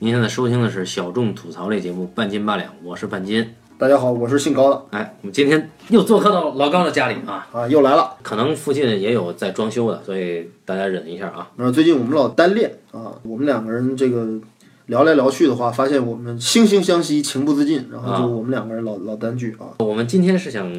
您现在收听的是小众吐槽类节目《半斤八两》，我是半斤。大家好，我是姓高的哎，我们今天又做客到老高的家里啊，啊，又来了。可能附近也有在装修的，所以大家忍一下啊。那最近我们老单恋啊，我们两个人这个聊来聊去的话，发现我们惺惺相惜，情不自禁，然后啊就我们两个人老老单聚啊。我们今天是想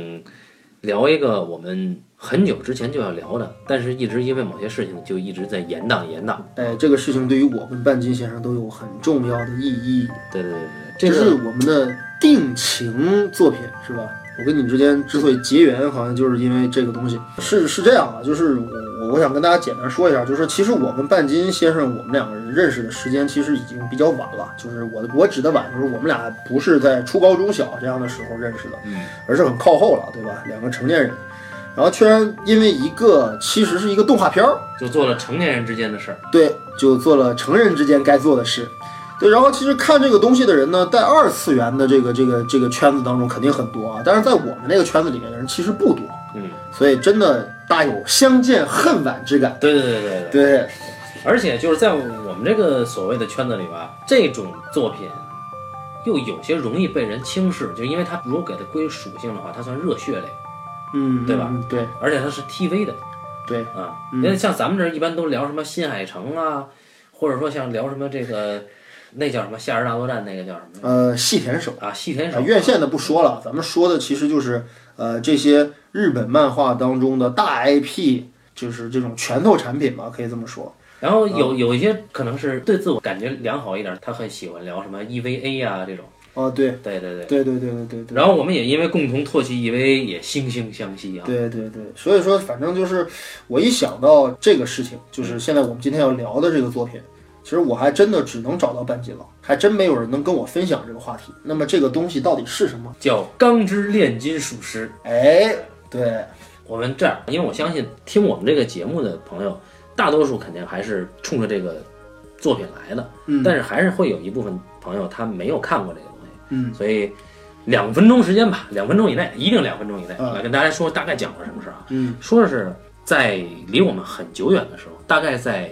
聊一个我们很久之前就要聊的，但是一直因为某些事情就一直在延宕延宕。哎，这个事情对于我跟半斤先生都有很重要的意义，对对对对，对这是个我们的定情作品，是吧？我跟你之间之所以结缘，好像就是因为这个东西。是是这样啊，就是我我想跟大家简单说一下，就是其实我跟半斤先生，我们两个人认识的时间其实已经比较晚了。就是我的我指的晚，就是我们俩不是在初高中小这样的时候认识的，嗯，而是很靠后了，对吧？两个成年人，然后居然因为一个其实是一个动画片儿，就做了成年人之间的事儿。对，就做了成人之间该做的事。对，然后其实看这个东西的人呢，在二次元的这个这个这个圈子当中肯定很多啊，但是在我们那个圈子里面的人其实不多，嗯，所以真的大有相见恨晚之感。对对对对对。对，而且就是在我们这个所谓的圈子里吧，这种作品又有些容易被人轻视，就因为它如果给它归属性的话，它算热血类，嗯，对吧嗯？对而且它是 TV 的对，嗯啊。因为像咱们这儿一般都聊什么新海诚啊，或者说像聊什么这个那叫什么《夏日大作战》那个叫什么呃，细田守啊，细田啊，守院线的不说了，咱们说的其实就是呃这些日本漫画当中的大 IP，就是这种拳头产品吧，可以这么说。然后嗯有有一些可能是对自我感觉良好一点，他很喜欢聊什么 EVA 啊这种。哦，对对对对。对对对对对对。然后我们也因为共同唾弃 EVA 也惺惺相惜啊。对对对，所以说，反正就是我一想到这个事情，就是嗯现在我们今天要聊的这个作品，其实我还真的只能找到半斤了，还真没有人能跟我分享这个话题。那么这个东西到底是什么？叫《钢之炼金术师》。哎，对，我们这样，因为我相信听我们这个节目的朋友，大多数肯定还是冲着这个作品来的，嗯但是还是会有一部分朋友他没有看过这个东西，嗯，所以两分钟时间吧，两分钟以内，一定两分钟以内，嗯来跟大家说大概讲了什么事儿啊？嗯，说的是在离我们很久远的时候，大概在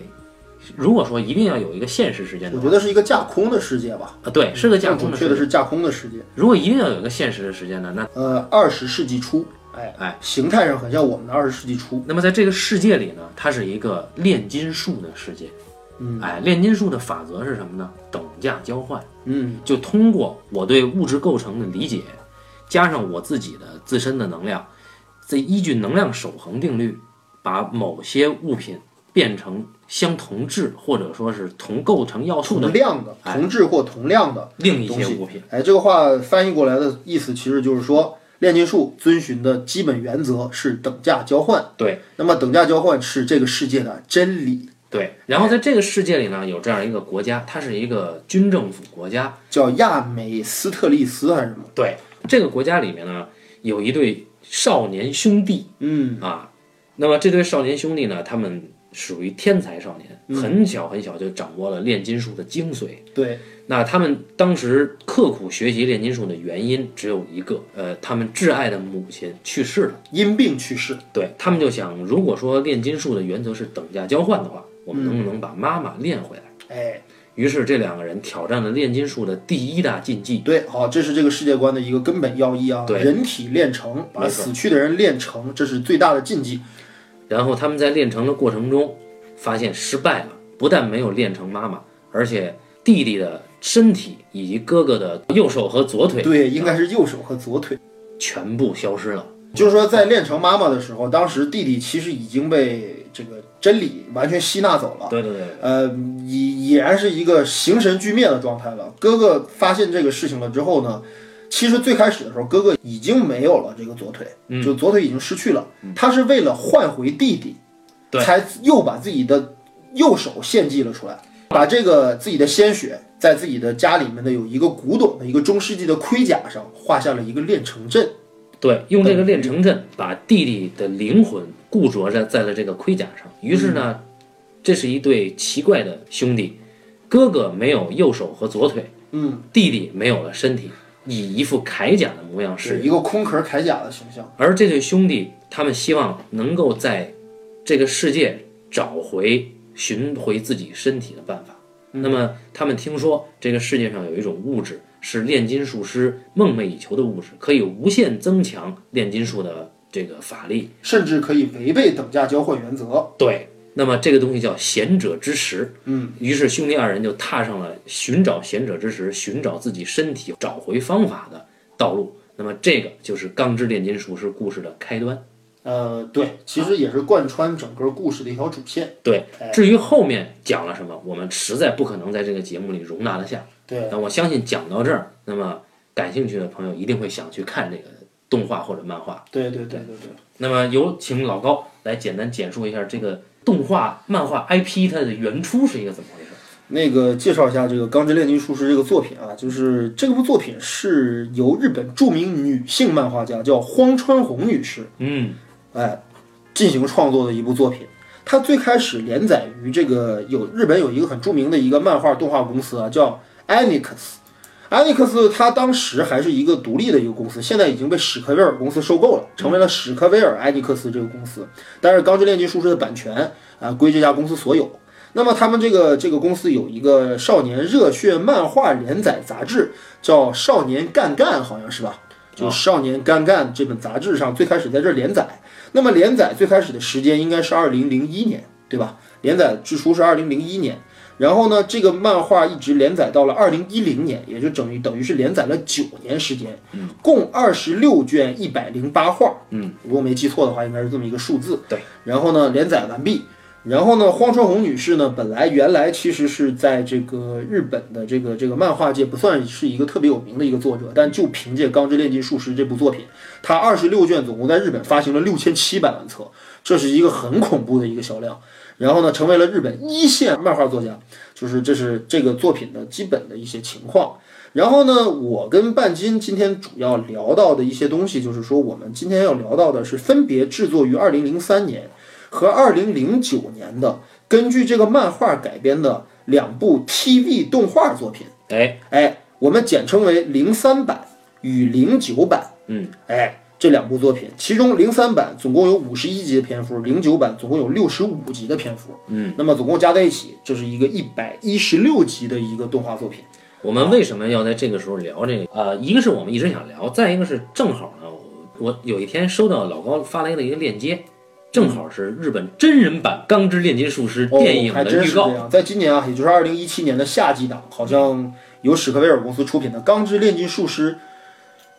如果说一定要有一个现实时间的我话，觉得是一个架空的世界吧，啊对，是个架空更的时准确的间。是架空的世界。如果一定要有一个现实的时间呢，那呃，二十世纪初，哎哎，形态上很像我们的二十世纪初。那么在这个世界里呢，它是一个炼金术的世界。嗯哎，炼金术的法则是什么呢？等价交换，嗯就通过我对物质构成的理解，加上我自己的自身的能量，再依据能量守恒定律，把某些物品变成相同质或者说是同构成要素同的量的、哎同质或同量的另一东些西物品。哎，这个话翻译过来的意思其实就是说，炼金术遵循的基本原则是等价交换。对那么等价交换是这个世界的真理，对，然后在这个世界里呢，有这样一个国家，它是一个军政府国家，叫亚美斯特利斯还是什么？对，这个国家里面呢，有一对少年兄弟嗯啊。那么这对少年兄弟呢，他们属于天才少年，很小很小就掌握了炼金术的精髓。对，那他们当时刻苦学习炼金术的原因只有一个，呃，他们挚爱的母亲去世了。因病去世。对他们就想，如果说炼金术的原则是等价交换的话，我们能不能把妈妈炼回来？哎，于是这两个人挑战了炼金术的第一大禁忌，对，好，这是这个世界观的一个根本要义嗯啊。对人体炼成，把没错死去的人炼成，这是最大的禁忌。然后他们在炼成的过程中发现失败了，不但没有炼成妈妈，而且弟弟的身体以及哥哥的右手和左腿对，应该是右手和左腿。全部消失了。就是说，在炼成妈妈的时候，当时弟弟其实已经被这个真理完全吸纳走了。对对对，呃，已已然是一个形神俱灭的状态了。哥哥发现这个事情了之后呢，其实最开始的时候，哥哥已经没有了这个左腿，就左腿已经失去了。他是为了换回弟弟，对才又把自己的右手献祭了出来，把这个自己的鲜血在自己的家里面的有一个古董的一个中世纪的盔甲上画下了一个炼成阵。对，用这个炼成阵把弟弟的灵魂固着在在了这个盔甲上。于是呢，这是一对奇怪的兄弟，哥哥没有右手和左腿，嗯，弟弟没有了身体，以一副铠甲的模样示是一个空壳铠甲的形象。而这对兄弟，他们希望能够在这个世界找回、寻回自己身体的办法。那么他们听说这个世界上有一种物质是炼金术师梦寐以求的物质，可以无限增强炼金术的这个法力。甚至可以违背等价交换原则。对，那么这个东西叫贤者之石。嗯，于是兄弟二人就踏上了寻找贤者之石、寻找自己身体、找回方法的道路。那么这个就是《钢之炼金术师》故事的开端。呃，对，其实也是贯穿整个故事的一条主线。对，至于后面讲了什么，我们实在不可能在这个节目里容纳得下。对，那我相信讲到这儿，那么感兴趣的朋友一定会想去看这个动画或者漫画。对，对，对，对，对。那么有请老高来简单简述一下这个动画、漫画 IP 它的原初是一个怎么回事？那个介绍一下这个《钢之炼金术师》这个作品啊，就是这部作品是由日本著名女性漫画家叫荒川弘女士嗯，哎进行创作的一部作品。它最开始连载于这个有日本有一个很著名的一个漫画动画公司啊，叫 Anix。Anix 它当时还是一个独立的一个公司，现在已经被史克威尔公司收购了，成为了史克威尔艾尼克斯这个公司。但是《钢之炼金术师》的版权啊、归这家公司所有。那么他们这个这个公司有一个少年热血漫画连载杂志，叫《少年干干》，好像是吧？啊就《少年干干》这本杂志上最开始在这儿连载。那么连载最开始的时间应该是二零零一年，对吧？连载之初是二零零一年，然后呢，这个漫画一直连载到了二零一零年，也就等于等于是连载了九年时间，共二十六卷一百零八话。嗯，如果没记错的话，应该是这么一个数字。对，然后呢，连载完毕。然后呢，荒川弘女士呢，本来原来其实是在这个日本的这个这个漫画界不算是一个特别有名的一个作者，但就凭借《钢之炼金术师》这部作品，她二十六卷总共在日本发行了六千七百万册，这是一个很恐怖的一个销量。然后呢，成为了日本一线漫画作家，就是这是这个作品的基本的一些情况。然后呢，我跟半斤今天主要聊到的一些东西，就是说我们今天要聊到的是分别制作于二零零三年和二零零九年的，根据这个漫画改编的两部 TV 动画作品。哎，哎，我们简称为零三版与零九版。嗯，哎，这两部作品，其中零三版总共有五十一集的篇幅，零九版总共有六十五集的篇幅。嗯，那么总共加在一起，这是一个一百一十六集的一个动画作品。我们为什么要在这个时候聊这个？呃，一个是我们一直想聊，再一个是正好呢，我我有一天收到老高发来的一个链接，正好是日本真人版《钢之炼金术师》电影哦、还的真预是这告。样，在今年啊，也就是二零一七年的夏季档，好像由史克威尔公司出品的《钢之炼金术师》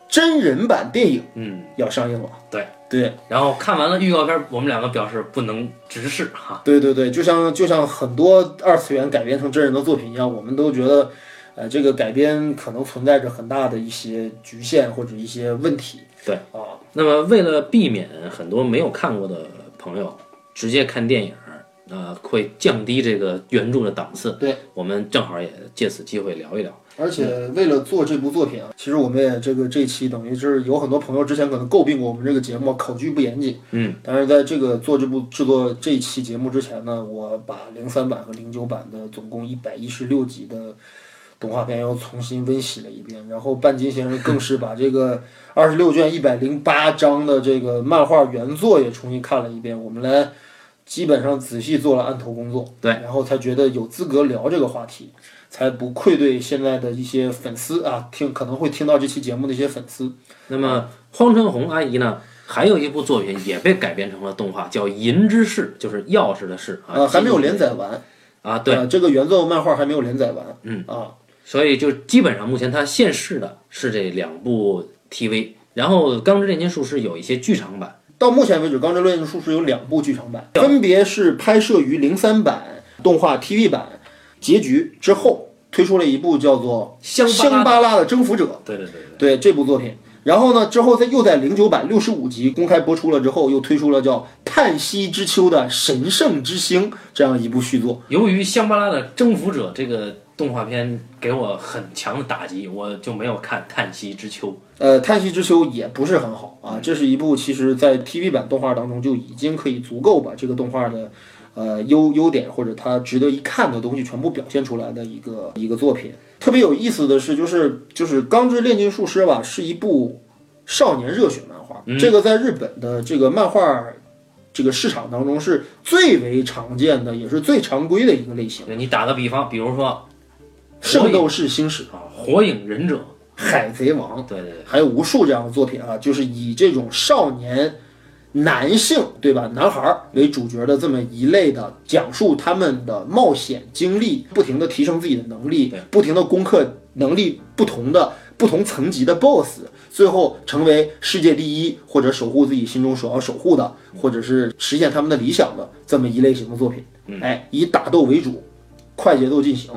真人版电影嗯，要上映了。对对，然后看完了预告片，我们两个表示不能直视哈。对对对，就像就像很多二次元改编成真人的作品一样，我们都觉得，呃，这个改编可能存在着很大的一些局限或者一些问题。对啊，那么为了避免很多没有看过的朋友直接看电影儿，呃，会降低这个原著的档次。对，我们正好也借此机会聊一聊。而且为了做这部作品啊，其实我们也这个这期等于是有很多朋友之前可能诟病过我们这个节目考据不严谨，嗯，但是在这个做这部制作这一期节目之前呢，我把零三版和零九版的总共一百一十六集的动画片又重新温习了一遍，然后半斤先生更是把这个二十六卷一百零八章的这个漫画原作也重新看了一遍，我们来基本上仔细做了案头工作，对然后才觉得有资格聊这个话题，才不愧对现在的一些粉丝啊，听可能会听到这期节目的一些粉丝，那么荒川弘阿姨呢，还有一部作品也被改编成了动画，叫《银之匙》，就是钥匙的匙啊，呃，还没有连载载完，啊，对，呃这个原作漫画还没有连载完，嗯啊。所以就基本上目前它现世的是这两部 TV，然后《钢之炼金术师》有一些剧场版，到目前为止，《钢之炼金术师》有两部剧场版，分别是拍摄于零三版动画 TV 版结局之后，推出了一部叫做香《巴拉香巴拉的征服者》对对对对，对这部作品。然后呢，之后在又在零九版六十五集公开播出了之后，又推出了叫《叹息之秋的神圣之星》这样一部续作。由于《香巴拉的征服者》这个动画片给我很强的打击，我就没有看《叹息之秋》。呃，《叹息之秋》也不是很好啊，这是一部其实在 TV 版动画当中就已经可以足够把这个动画的呃优优点或者它值得一看的东西全部表现出来的一个一个作品。特别有意思的是，就是就是《钢之炼金术师》吧，是一部少年热血漫画，这个在日本的这个漫画这个市场当中是最为常见的，也是最常规的一个类型。你打个比方，比如说圣斗士星矢、啊，《火影忍者海贼王》》，对对对，还有无数这样的作品啊，就是以这种少年男性对吧，男孩儿为主角的这么一类的讲述他们的冒险经历，不停的提升自己的能力对，不停的攻克能力不同的不同层级的 BOSS，最后成为世界第一，或者守护自己心中所要守护的，或者是实现他们的理想的这么一类型的作品。哎，以打斗为主，快节奏进行，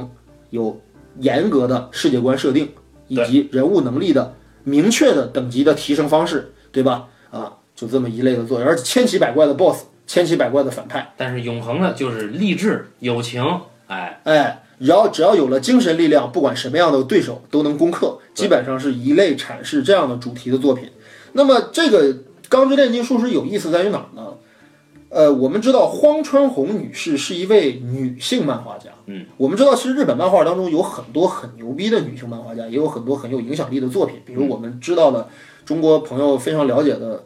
有严格的世界观设定以及人物能力的明确的等级的提升方式，对吧？啊，就这么一类的作品，而且千奇百怪的 BOSS，千奇百怪的反派，但是永恒的就是励志、友情，哎，哎，然后只要有了精神力量，不管什么样的对手都能攻克，基本上是一类阐释这样的主题的作品。那么这个《钢之炼金术师》有意思在于哪儿呢？呃，我们知道荒川弘女士是一位女性漫画家。嗯，我们知道，其实日本漫画当中有很多很牛逼的女性漫画家，也有很多很有影响力的作品。比如我们知道的，中国朋友非常了解的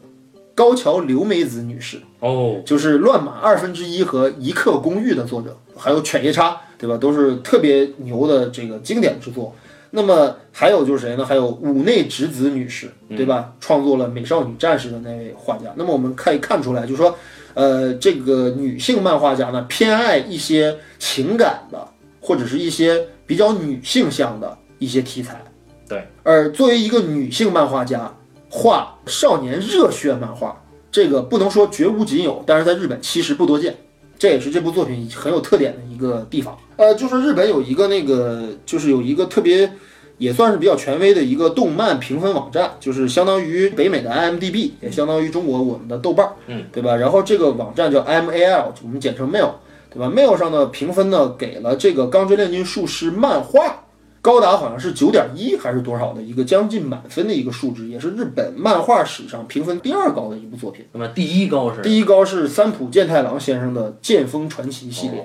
高桥留美子女士，哦，就是《乱马二分之一》和《一刻公寓》的作者，还有《犬夜叉》，对吧？都是特别牛的这个经典之作。那么还有就是谁呢？还有五内直子女士，嗯对吧？创作了《美少女战士》的那位画家。那么我们可以看出来，就是说，呃，这个女性漫画家呢，偏爱一些情感的，或者是一些比较女性向的一些题材。对，而作为一个女性漫画家，画少年热血漫画，这个不能说绝无仅有，但是在日本其实不多见。这也是这部作品很有特点的一个地方。呃，就是日本有一个那个，就是有一个特别，也算是比较权威的一个动漫评分网站，就是相当于北美的 IMDB，也相当于中国我们的豆瓣，嗯，对吧？然后这个网站叫 MAL，我们简称 Mail，对吧？Mail 上的评分呢，给了这个《钢之炼金术师》漫画高达好像是九点一还是多少的一个将近满分的一个数值，也是日本漫画史上评分第二高的一部作品。那么第一高是第一高是三浦健太郎先生的《剑锋传奇》系列，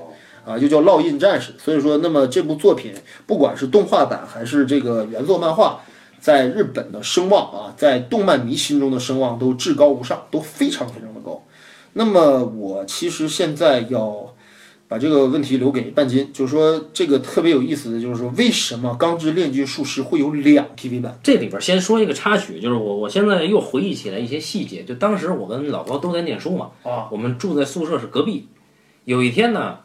哦啊，又叫《烙印战士》。所以说，那么这部作品不管是动画版还是这个原作漫画，在日本的声望啊，在动漫迷心中的声望都至高无上，都非常非常的高。那么我其实现在要把这个问题留给半斤，就是说这个特别有意思的就是说，为什么《钢之炼金术师》会有两 TV 版？这里边先说一个插曲，就是我我现在又回忆起来一些细节。就当时我跟老高都在念书嘛，啊，我们住在宿舍是隔壁。有一天呢，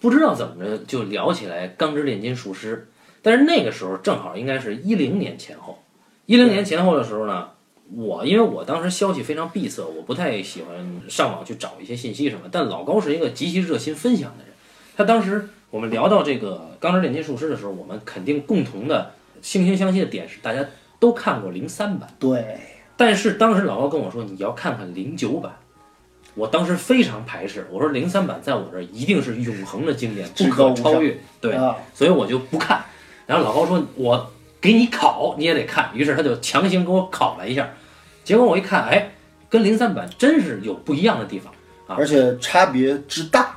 不知道怎么着就聊起来《钢之炼金术师》，但是那个时候正好应该是一零年前后。一零年前后的时候呢，我因为我当时消息非常闭塞，我不太喜欢上网去找一些信息什么。但老高是一个极其热心分享的人，他当时我们聊到这个《钢之炼金术师》的时候，我们肯定共同的惺惺相惜的点是，大家都看过零三版，对，但是当时老高跟我说你要看看零九版，我当时非常排斥，我说零三版在我这儿一定是永恒的经典，不至高可无上超越，对，啊，所以我就不看。然后老高说我给你考你也得看，于是他就强行给我考了一下，结果我一看，哎，跟零三版真是有不一样的地方，啊而且差别之大。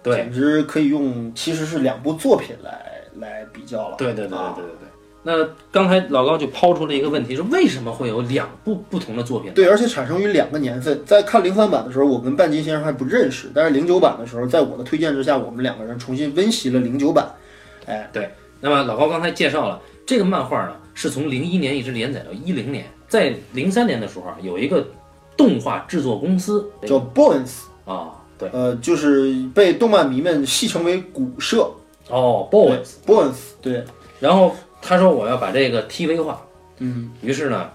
对。简直可以用其实是两部作品来来比较了。对对对对啊对对对。那刚才老高就抛出了一个问题，说为什么会有两部不同的作品？对，而且产生于两个年份。在看零三版的时候，我跟半斤先生还不认识，但是零九版的时候，在我的推荐之下，我们两个人重新温习了零九版。那么老高刚才介绍了这个漫画呢，是从零一年一直连载到一零年，在零三年的时候啊，有一个动画制作公司叫 Bones，啊，对，呃，就是被动漫迷们戏称为“古社哦，Boy， ”Bones，对，然后他说我要把这个 TV 化，嗯，于是呢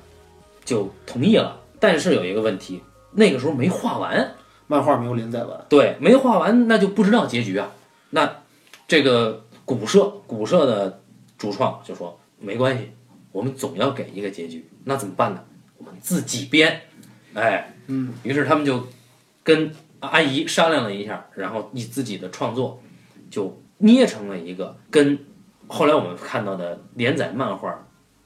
就同意了，但是有一个问题，那个时候没画完，漫画没有连载完，对，没画完那就不知道结局啊。那这个古社古社的主创就说没关系，我们总要给一个结局，那怎么办呢？我们自己编。哎，嗯，于是他们就跟阿姨商量了一下，然后以自己的创作就捏成了一个跟后来我们看到的连载漫画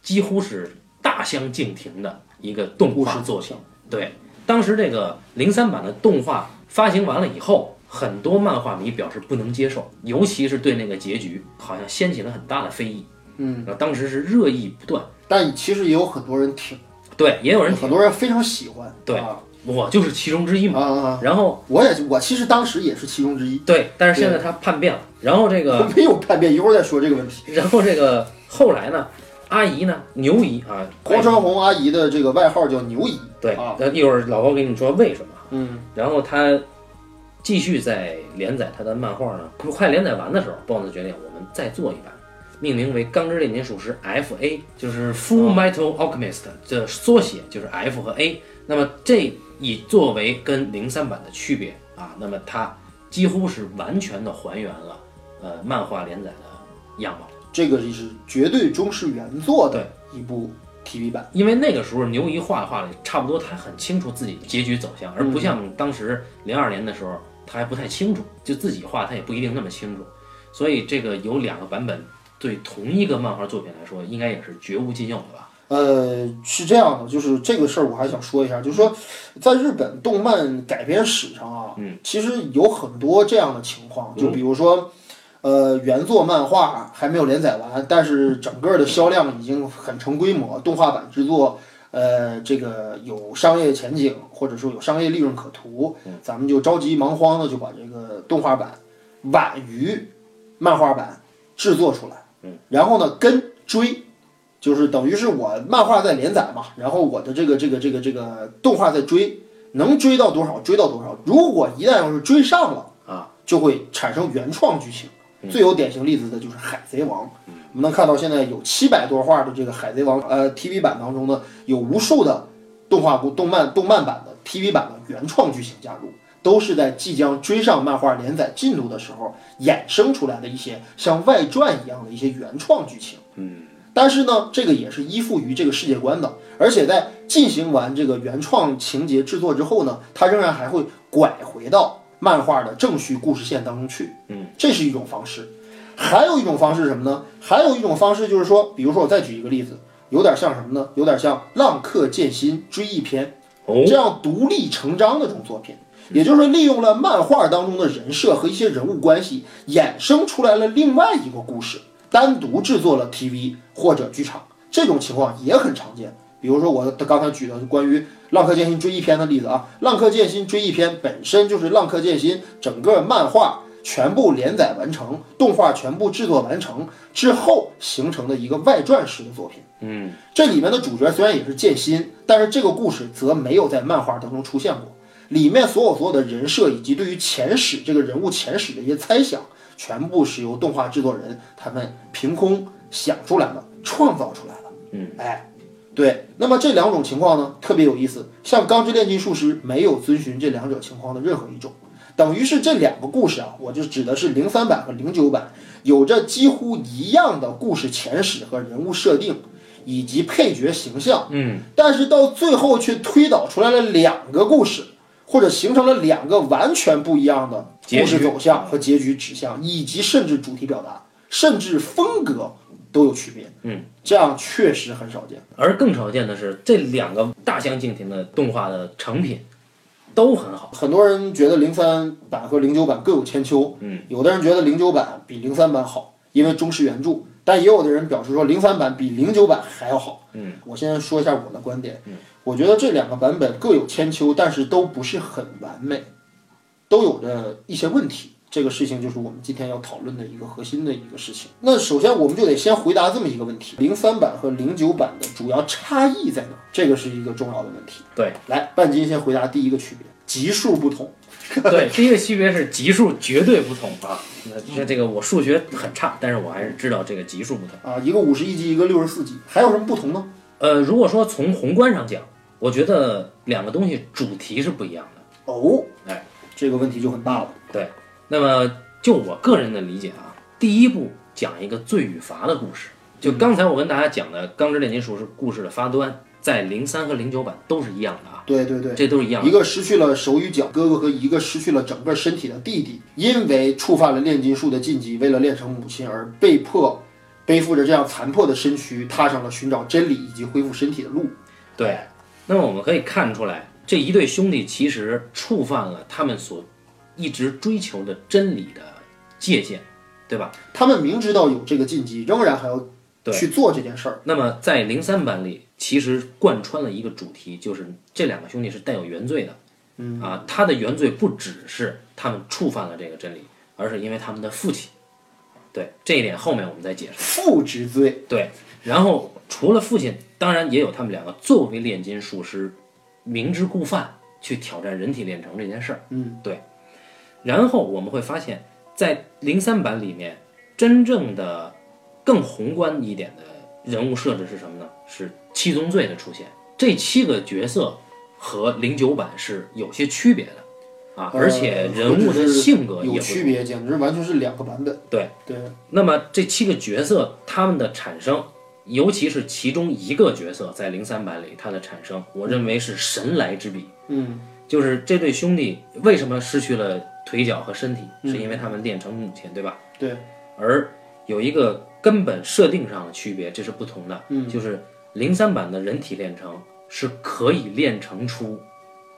几乎是大相径庭的一个动故画事作品。对，当时这个零三版的动画发行完了以后，很多漫画迷表示不能接受，尤其是对那个结局，好像掀起了很大的非议。嗯，呃当时是热议不断。但其实也有很多人挺，对，也有人很多人非常喜欢，对啊，我就是其中之一嘛。啊啊！啊然后我也我其实当时也是其中之一，对，但是现在他叛变了。然后这我个， 没有叛变，一会儿再说这个问题。然后这个后来呢，阿姨呢，牛姨啊，黄长红阿姨的这个外号叫牛姨，对啊，那一会儿老高给你说为什么。嗯，然后他继续在连载他的漫画呢，快连载完的时候，BOSS 决定我们再做一版，命名为《钢之炼金术师》F.A.，就是 Full Metal Alchemist 这缩写，就是 F 和 A。那么这以作为跟零三版的区别啊，那么它几乎是完全的还原了呃漫画连载的样貌。这个是绝对中式原作的一部 TV 版，因为那个时候牛一画画的差不多，他很清楚自己的结局走向，而不像当时零二年的时候，他还不太清楚，就自己画他也不一定那么清楚。所以这个有两个版本，对同一个漫画作品来说，应该也是绝无仅有的吧？呃，是这样的，就是这个事儿我还想说一下，就是说在日本动漫改编史上啊，嗯，其实有很多这样的情况，就比如说。呃，原作漫画还没有连载完，但是整个的销量已经很成规模，动画版制作，呃，这个有商业前景，或者说有商业利润可图，咱们就着急忙慌的就把这个动画版晚于漫画版制作出来，嗯，然后呢跟追就是等于是我漫画在连载嘛，然后我的这个这个这个这个动画在追，能追到多少追到多少。如果一旦要是追上了啊，就会产生原创剧情。最有典型例子的就是《海贼王》，我们能看到现在有七百多话的这个《海贼王》呃 TV 版当中呢，有无数的动画动漫动漫版的 TV 版的原创剧情加入，都是在即将追上漫画连载进度的时候衍生出来的一些像外传一样的一些原创剧情。但是呢，这个也是依附于这个世界观的，而且在进行完这个原创情节制作之后呢，它仍然还会拐回到漫画的正序故事线当中去。嗯，这是一种方式。还有一种方式是什么呢？还有一种方式就是说，比如说我再举一个例子，有点像什么呢？有点像《浪客剑心追忆篇》哦，这样独立成章的这种作品，也就是说利用了漫画当中的人设和一些人物关系，衍生出来了另外一个故事，单独制作了 TV 或者剧场，这种情况也很常见。比如说我刚才举的关于《浪客剑心追忆篇》的例子啊，《浪客剑心追忆篇》本身就是《浪客剑心》整个漫画全部连载完成、动画全部制作完成之后形成的一个外传式的作品。嗯，这里面的主角虽然也是剑心，但是这个故事则没有在漫画当中出现过。里面所有所有的人设以及对于前史这个人物前史的一些猜想，全部是由动画制作人他们凭空想出来的、创造出来的。嗯，哎，对。那么这两种情况呢，特别有意思。像《钢之炼金术师》没有遵循这两者情况的任何一种，等于是这两个故事啊，我就指的是零三版和零九版，有着几乎一样的故事前史和人物设定。以及配角形象，嗯，但是到最后却推导出来了两个故事，或者形成了两个完全不一样的故事走向和结局指向，以及甚至主题表达，甚至风格都有区别。嗯，这样确实很少见。而更少见的是，这两个大相径庭的动画的成品都很好。很多人觉得零三版和零九版各有千秋，嗯，有的人觉得零九版比零三版好，因为中式原著，但也有的人表示说零三版比零九版还要好。嗯，我先说一下我的观点，嗯，我觉得这两个版本各有千秋，但是都不是很完美，都有着一些问题。这个事情就是我们今天要讨论的一个核心的一个事情。那首先我们就得先回答这么一个问题：零三版和零九版的主要差异在哪？这个是一个重要的问题。对来，半斤先回答第一个区别，级数不同。对，第一个区别是级数绝对不同啊。那这这个我数学很差，但是我还是知道这个级数不同。啊，一个五十一级，一个六十四级，还有什么不同呢？呃，如果说从宏观上讲，我觉得两个东西主题是不一样的。哦，哎，这个问题就很大了。对，那么就我个人的理解啊，第一部讲一个罪与罚的故事，就刚才我跟大家讲的《钢之炼金术师》故事的发端，在零三和零九版都是一样的啊，对对对，这都是一样一的。个失去了手与脚哥哥和一个失去了整个身体的弟弟，因为触犯了炼金术的禁忌，为了练成母亲而被迫背负着这样残破的身躯，踏上了寻找真理以及恢复身体的路。对，那么我们可以看出来，这一对兄弟其实触犯了他们所一直追求的真理的界限，对吧？他们明知道有这个禁忌，仍然还要对去做这件事儿。那么在零三版里，其实贯穿了一个主题，就是这两个兄弟是带有原罪的。嗯啊，他的原罪不只是他们触犯了这个真理，而是因为他们的父亲。对这一点，后面我们再解释。父之罪，对，然后除了父亲，当然也有他们两个作为炼金术师，明知故犯去挑战人体炼成这件事儿。嗯，对。然后我们会发现，在零三版里面，真正的更宏观一点的人物设置是什么呢？是七宗罪的出现。这七个角色和零九版是有些区别的啊，而且呃人物何的止是性格也有不区别，简直完全是两个版本。对对，那么这七个角色他们的产生，尤其是其中一个角色在零三版里他的产生，我认为是神来之笔。嗯，就是这对兄弟为什么失去了腿脚和身体，是因为他们练成母亲，对吧？对，而有一个根本设定上的区别，这是不同的。嗯，就是零三版的人体炼成是可以炼成出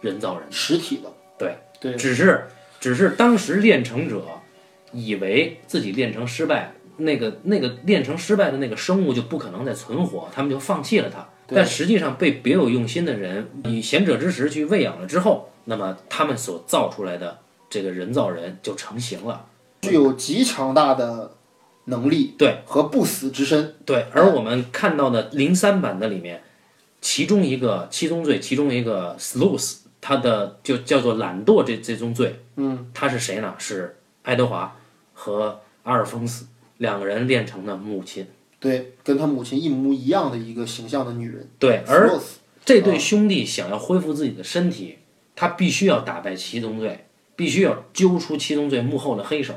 人造人的。实体的，对对只是只是当时炼成者以为自己炼成失败，那个那个炼成失败的那个生物就不可能再存活，他们就放弃了它。但实际上被别有用心的人以贤者之石去喂养了之后，那么他们所造出来的这个人造人就成型了。具有极强大的能力对和不死之身。对，而我们看到的零三版的里面，其中一个七宗罪，其中一个 Sluice，他的就叫做懒惰这这宗罪，嗯，他是谁呢？是爱德华和阿尔丰斯两个人练成的母亲。对，跟他母亲一模一样的一个形象的女人。对，而 Frost，这对兄弟想要恢复自己的身体，他必须要打败七宗罪，必须要揪出七宗罪幕后的黑手。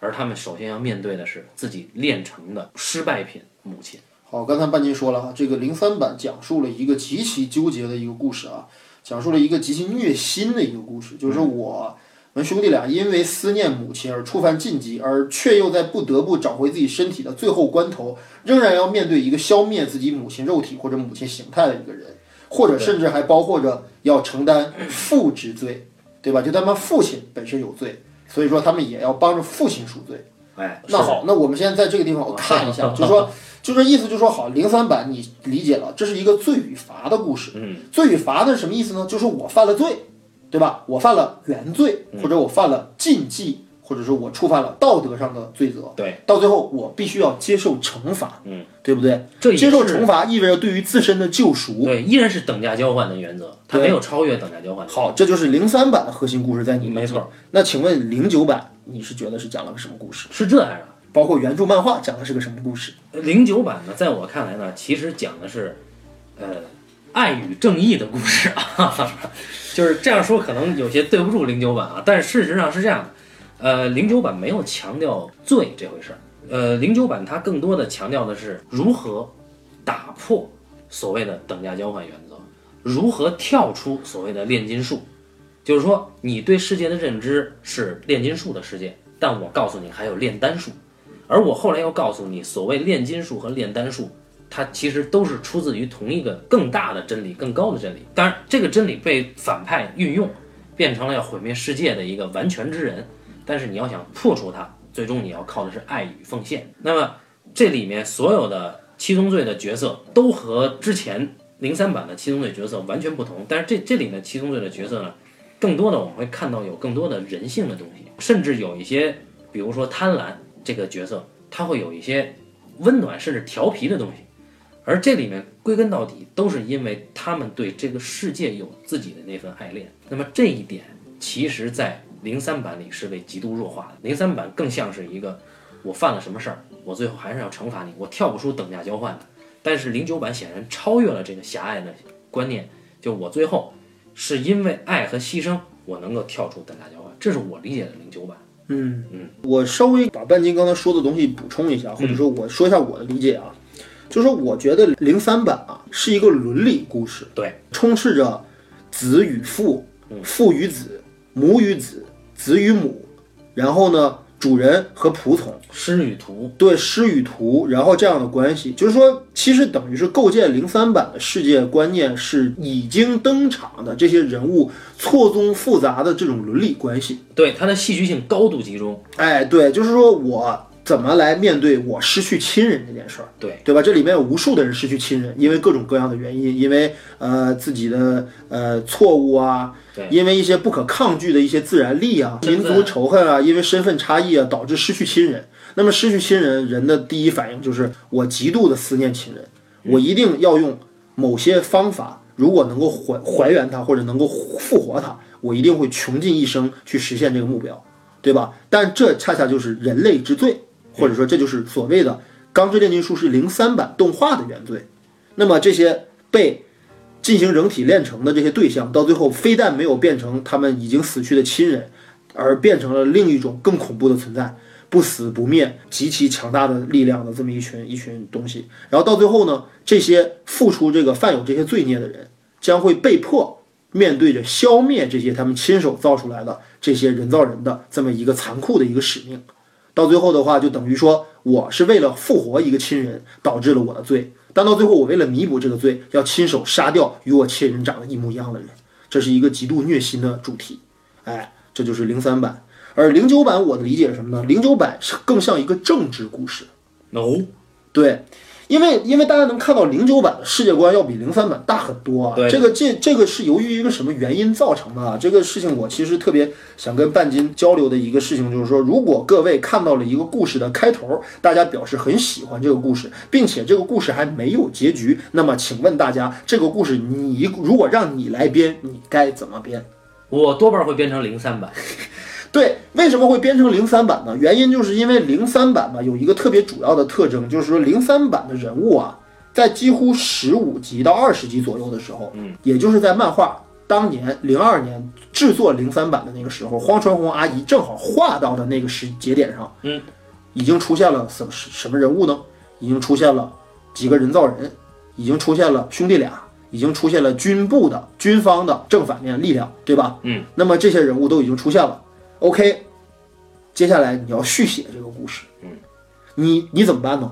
而他们首先要面对的是自己练成的失败品母亲。好，刚才半斤说了啊，这个零三版讲述了一个极其纠结的一个故事啊，讲述了一个极其虐心的一个故事，就是我们兄弟俩因为思念母亲而触犯禁忌，而却又在不得不找回自己身体的最后关头，仍然要面对一个消灭自己母亲肉体或者母亲形态的一个人，或者甚至还包括着要承担父之罪，对吧？就他们父亲本身有罪，所以说他们也要帮着父亲赎罪。哎，那好，那我们现在在这个地方我看一下，就说就这意思，就说好，零三版你理解了，这是一个罪与罚的故事。嗯，罪与罚呢是什么意思呢？就是我犯了罪，对吧？我犯了原罪，嗯或者我犯了禁忌，或者说我触犯了道德上的罪责。对，到最后我必须要接受惩罚。嗯，对不对？这也接受是惩罚意味着对于自身的救赎。对，依然是等价交换的原则，他没有超越等价交换。好，，这就是零三版的核心故事在你没错。那请问零九版你是觉得是讲了个什么故事？是这样的。包括原著漫画讲的是个什么故事？零九版呢，在我看来呢，其实讲的是，呃，爱与正义的故事啊， 就是这样说可能有些对不住零九版啊，但是事实上是这样的，呃，零九版没有强调罪这回事儿，呃，零九版它更多的强调的是如何打破所谓的等价交换原则，如何跳出所谓的炼金术，就是说你对世界的认知是炼金术的世界，但我告诉你还有炼丹术。而我后来又告诉你，所谓炼金术和炼丹术，它其实都是出自于同一个更大的真理、更高的真理。当然，这个真理被反派运用，变成了要毁灭世界的一个完全之人。但是你要想破除它，最终你要靠的是爱与奉献。那么这里面所有的七宗罪的角色都和之前零三版的七宗罪角色完全不同，但是这这里面七宗罪的角色呢，更多的我们会看到有更多的人性的东西，甚至有一些，比如说贪婪这个角色，他会有一些温暖甚至调皮的东西，而这里面归根到底都是因为他们对这个世界有自己的那份爱恋。那么这一点，其实在零三版里是被极度弱化的，零三版更像是一个我犯了什么事儿，我最后还是要惩罚你，我跳不出等价交换的。但是零九版显然超越了这个狭隘的观念，就我最后是因为爱和牺牲，我能够跳出等价交换，这是我理解的零九版。嗯，我稍微把半斤刚才说的东西补充一下，或者说我说一下我的理解啊，就是说我觉得零三版啊是一个伦理故事，对，充斥着子与父、父与子、母与子、子与母，然后呢，主人和仆从。师与徒，对师与徒，然后这样的关系，就是说，其实等于是构建零三版的世界观念是已经登场的这些人物错综复杂的这种伦理关系。对它的戏剧性高度集中。哎，对，就是说我怎么来面对我失去亲人这件事儿，对对吧？这里面有无数的人失去亲人，因为各种各样的原因，因为呃自己的呃错误啊，对因为一些不可抗拒的一些自然力啊、身民份族仇恨啊，因为身份差异啊，导致失去亲人。那么失去亲人，人的第一反应就是我极度的思念亲人，我一定要用某些方法，如果能够还还原它或者能够复活它，我一定会穷尽一生去实现这个目标，对吧？但这恰恰就是人类之最，或者说这就是所谓的《钢之炼金术士》零三版动画的原罪。那么这些被进行人体炼成的这些对象，到最后非但没有变成他们已经死去的亲人，而变成了另一种更恐怖的存在，不死不灭、极其强大的力量的这么一群一群东西。然后到最后呢，这些付出这个犯有这些罪孽的人，将会被迫面对着消灭这些他们亲手造出来的这些人造人的这么一个残酷的一个使命。到最后的话，就等于说我是为了复活一个亲人，导致了我的罪。但到最后，我为了弥补这个罪，要亲手杀掉与我亲人长得一模一样的人，这是一个极度虐心的主题。哎，这就是零三版。而零九版我的理解是什么呢？零九版是更像一个政治故事，哦 no，对，因为因为大家能看到零九版的世界观要比零三版大很多啊。对这个这这个是由于一个什么原因造成的啊？这个事情我其实特别想跟半斤交流的一个事情就是说，如果各位看到了一个故事的开头，大家表示很喜欢这个故事，并且这个故事还没有结局，那么请问大家，这个故事你如果让你来编，你该怎么编？我多半会变成零三 版，对，为什么会编成零三版呢？原因就是因为零三版嘛有一个特别主要的特征，就是说零三版的人物啊，在几乎十五集到二十集左右的时候，嗯，也就是在漫画当年零二年制作零三版的那个时候，荒川弘阿姨正好画到的那个时节点上，嗯，已经出现了什么什么人物呢？已经出现了几个人造人，已经出现了兄弟俩，已经出现了军部的军方的正反面力量，对吧？嗯，那么这些人物都已经出现了。OK，接下来你要续写这个故事，嗯，你你怎么办呢？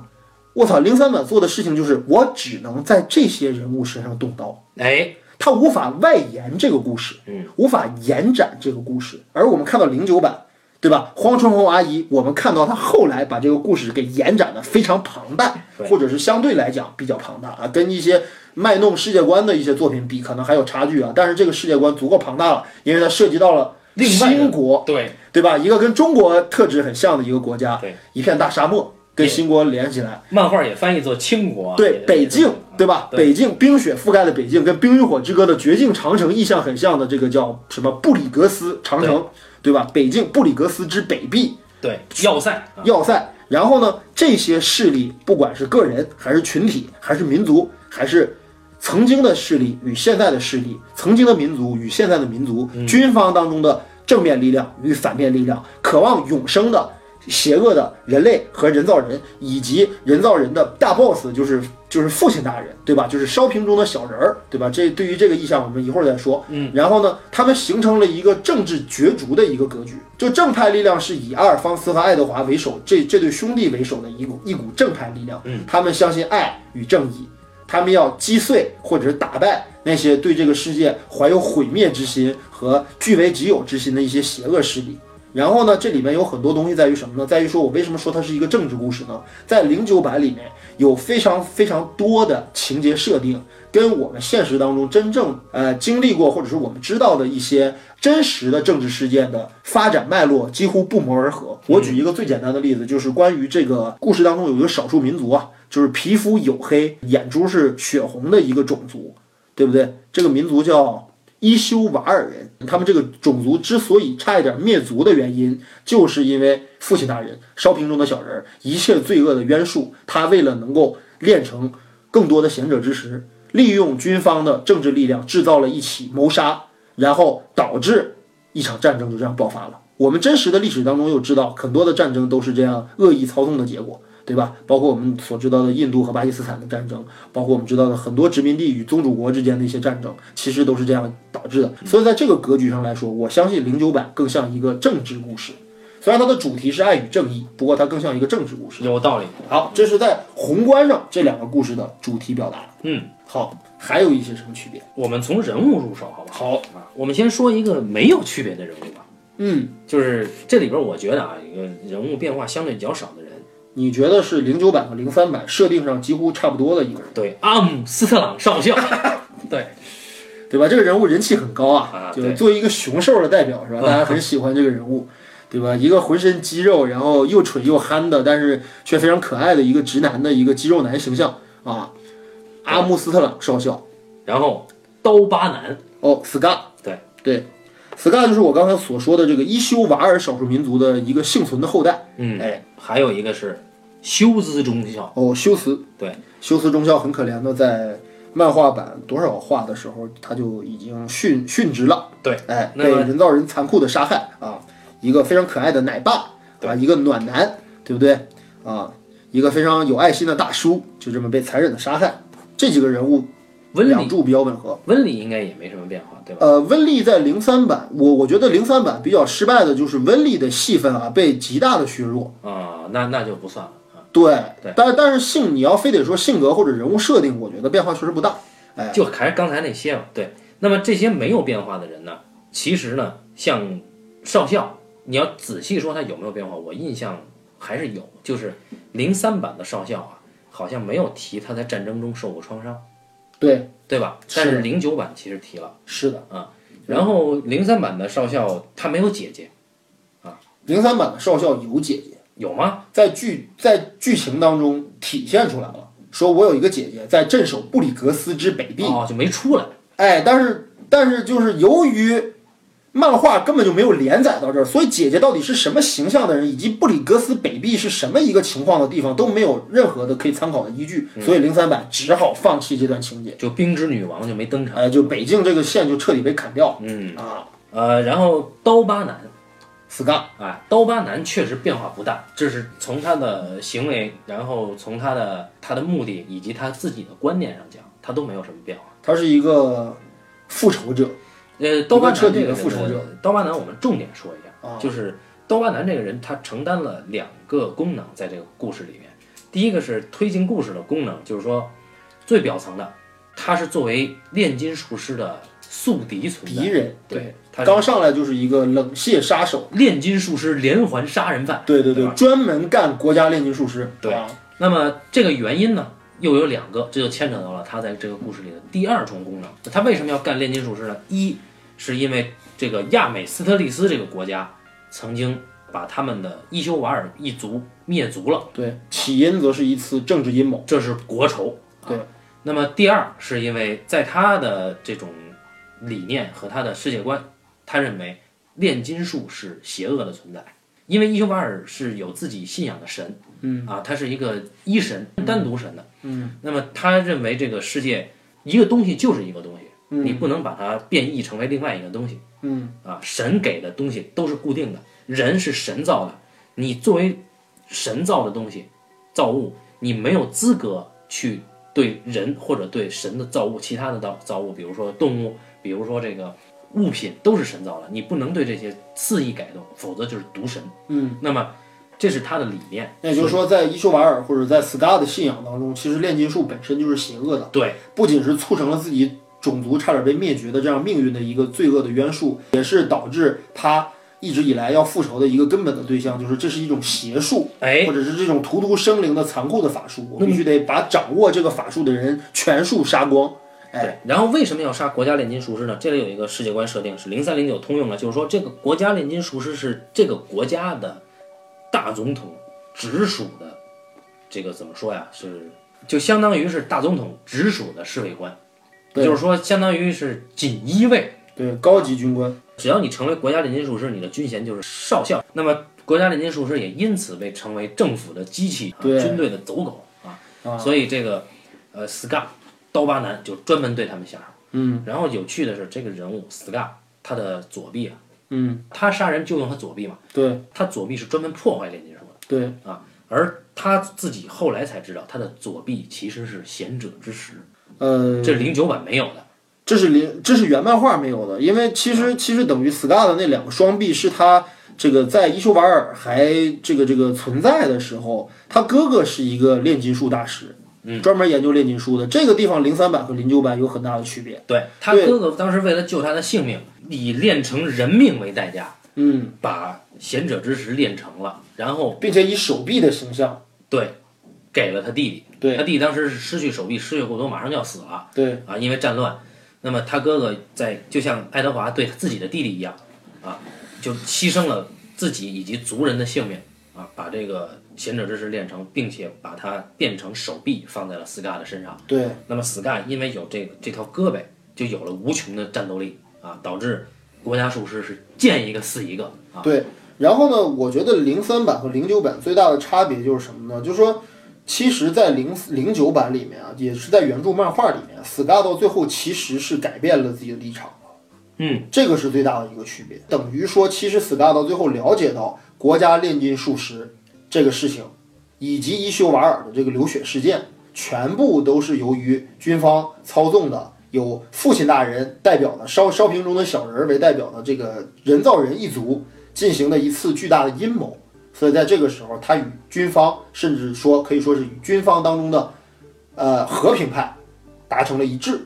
我操，零三版做的事情就是我只能在这些人物身上动刀，哎，它无法外延这个故事，嗯，无法延展这个故事。而我们看到零九版，对吧？荒川弘阿姨，我们看到她后来把这个故事给延展的非常庞大，或者是相对来讲比较庞大啊，跟一些卖弄世界观的一些作品比，可能还有差距啊。但是这个世界观足够庞大了，因为它涉及到了另外的新国，对，对吧？一个跟中国特质很像的一个国家对，一片大沙漠，跟新国连起来。漫画也翻译作清国啊，对也北京，对吧？对北京冰雪覆盖了北京，跟《冰与火之歌》的绝境长城意象很像的，这个叫什么布里格斯长城，对吧？北境布里格斯之北壁对要塞啊，要塞。然后呢，这些势力，不管是个人还是群体，还是民族，还是曾经的势力与现在的势力，曾经的民族与现在的民族，军方当中的正面力量与反面力量，渴望永生的邪恶的人类和人造人，以及人造人的大 boss 就是就是父亲大人，对吧？就是烧瓶中的小人儿，对吧？这对于这个意象，我们一会儿再说。嗯，然后呢，他们形成了一个政治角逐的一个格局，就正派力量是以阿尔方斯和爱德华为首，这这对兄弟为首的一股一股正派力量。嗯，他们相信爱与正义，他们要击碎或者是打败那些对这个世界怀有毁灭之心和据为己有之心的一些邪恶势力。然后呢，这里面有很多东西在于什么呢？在于说我为什么说它是一个政治故事呢？在零九版里面有非常非常多的情节设定，跟我们现实当中真正呃经历过或者是我们知道的一些真实的政治事件的发展脉络几乎不谋而合。我举一个最简单的例子，就是关于这个故事当中有一个少数民族啊，就是皮肤黝黑、眼珠是血红的一个种族，对不对？这个民族叫伊修瓦尔人，他们这个种族之所以差一点灭族的原因，就是因为父亲大人烧瓶中的小人儿，一切罪恶的渊束，他为了能够练成更多的贤者之石，利用军方的政治力量制造了一起谋杀，然后导致一场战争就这样爆发了。我们真实的历史当中又知道，很多的战争都是这样恶意操纵的结果，对吧？包括我们所知道的印度和巴基斯坦的战争，包括我们知道的很多殖民地与宗主国之间的一些战争，其实都是这样导致的。所以在这个格局上来说，我相信零九版更像一个政治故事，虽然它的主题是爱与正义，不过它更像一个政治故事。有道理，好，这是在宏观上这两个故事的主题表达。嗯，好，还有一些什么区别？我们从人物入手好不好？好啊，我们先说一个没有区别的人物吧，嗯，就是这里边我觉得啊，一个人物变化相对较少的人，你觉得是零九版和零三版设定上几乎差不多的一个人，对，阿姆斯特朗少 校，对，对吧？这个人物人气很高啊啊，就是对作为一个熊兽的代 表是吧？大家很喜欢这个人物，对吧？一个浑身肌肉，然后又蠢又憨的，但是却非常可爱的一个直男的一个肌肉男形象啊，阿姆斯特朗少校。然后刀疤男，哦，Scar，对对，Scar 就是我刚才所说的这个伊修瓦尔少数民族的一个幸存的后代。嗯，哎，还有一个是休兹中校，哦，修辞，对，修辞中校很可怜的，在漫画版多少话的时候，他就已经殉殉职了。对，哎，那被人造人残酷的杀害啊，一个非常可爱的奶爸啊，一个暖男，对不对啊？一个非常有爱心的大叔，就这么被残忍的杀害。这几个人物温两里，柱比较吻合。温里应该也没什么变化，对吧？呃，温丽在零三版，我我觉得零三版比较失败的就是温丽的戏份啊被极大的削弱。啊、那那就不算了啊，对，对但但是性你要非得说性格或者人物设定，我觉得变化确实不大。哎，就还是刚才那些吧。对，那么这些没有变化的人呢，其实呢，像少校，你要仔细说他有没有变化，我印象还是有，就是零三版的少校啊，好像没有提他在战争中受过创伤，对，对吧？是但是嗯零九版其实提了，是的，然后零三版的少校他没有姐姐，零三版的少校有姐姐，有吗？在剧在剧情当中体现出来了，说我有一个姐姐在镇守布里格斯之北壁。哦，就没出来。哎，但是但是就是由于漫画根本就没有连载到这儿，所以姐姐到底是什么形象的人，以及布里格斯北壁是什么一个情况的地方都没有任何的可以参考的依据，所以零三版只好放弃这段情节。就冰之女王就没登场。哎，就北境这个线就彻底被砍掉了嗯，啊！呃，然后刀疤男，死干啊，刀疤男确实变化不大，这是从他的行为，然后从他的他的目的以及他自己的观念上讲，他都没有什么变化。他是一个复仇者，呃，刀疤男彻这底个的人复仇者刀疤男我们重点说一下，啊就是刀疤男这个人，他承担了两个功能，在这个故事里面，第一个是推进故事的功能，就是说最表层的，他是作为炼金术师的宿敌存敌在，人，对，他是刚上来就是一个冷血杀手，炼金术师连环杀人犯。对对对对，吧专门干国家炼金术师，对啊那么这个原因呢，又有两个，这就牵扯到了他在这个故事里的第二重功能。他为什么要干炼金术师呢？一是因为这个亚美斯特利斯这个国家曾经把他们的伊修瓦尔一族灭族了，对，起因则是一次政治阴谋，这是国仇。啊对。那么第二是因为在他的这种理念和他的世界观，他认为炼金术是邪恶的存在，因为伊修瓦尔是有自己信仰的神，嗯啊，他是一个一神单独神的。嗯，那么他认为这个世界一个东西就是一个东西，嗯你不能把它变异成为另外一个东西嗯，啊。神给的东西都是固定的，人是神造的，你作为神造的东西造物，你没有资格去对人或者对神的造物、其他的造造物，比如说动物，比如说这个物品都是神造的，你不能对这些肆意改动，否则就是渎神。嗯，哎那么这是他的理念，那也就是说，在伊修瓦尔或者在 Scar 的信仰当中，其实炼金术本身就是邪恶的，对不仅是促成了自己种族差点被灭绝的这样命运的一个罪恶的冤束，也是导致他一直以来要复仇的一个根本的对象，就是这是一种邪术，哎或，者是这种荼毒生灵的残酷的法术，我必须得把掌握这个法术的人全数杀光。哎，对，然后为什么要杀国家炼金术师呢？这里有一个世界观设定是零三零九通用的，就是说这个国家炼金术师是这个国家的大总统直属的，这个怎么说呀？是就相当于是大总统直属的侍卫官，对就是说相当于是锦衣卫。对，高级军官，只要你成为国家炼金术师，你的军衔就是少校。那么国家炼金术师也因此被成为政府的机器，啊、对军队的走狗啊。啊所以这个呃，Scar 刀疤男就专门对他们下手。嗯然后有趣的是，这个人物 Scar 他的左臂啊，嗯，他杀人就用他左臂嘛，对他左臂是专门破坏炼金术对，的啊，而他自己后来才知道，他的左臂其实是贤者之石，呃，这零九版没有的。这是零，这是原漫画没有的，因为其实其实等于 Scar 的那两个双臂是他这个在伊修瓦尔还这个这个存在的时候，他哥哥是一个炼金术大师，嗯，专门研究炼金术的。这个地方零三版和零九版有很大的区别，对他哥哥当时为了救他的性命，以炼成人命为代价，嗯，把贤者之石炼成了，然后并且以手臂的形象对，给了他弟弟。对他弟弟当时是失去手臂，失血过多，马上就要死了对，啊，因为战乱。那么他哥哥在就像爱德华对他自己的弟弟一样啊，就牺牲了自己以及族人的性命啊，把这个贤者之石炼成，并且把它变成手臂放在了斯嘎的身上。对，那么 Sky 因为有这个这条胳膊，就有了无穷的战斗力啊，导致国家术师是见一个死一个啊。对，然后呢，我觉得零三版和零九版最大的差别就是什么呢？就是说，其实，在零零九版里面啊，也是在原著漫画里面，Scar 到最后其实是改变了自己的立场，嗯，这个是最大的一个区别。等于说，其实 Scar 到最后了解到国家炼金术师这个事情，以及伊修瓦尔的这个流血事件，全部都是由于军方操纵的。有父亲大人代表的烧 烧瓶中的小人儿为代表的这个人造人一族进行了一次巨大的阴谋，所以在这个时候，他与军方，甚至说可以说是与军方当中的呃和平派达成了一致，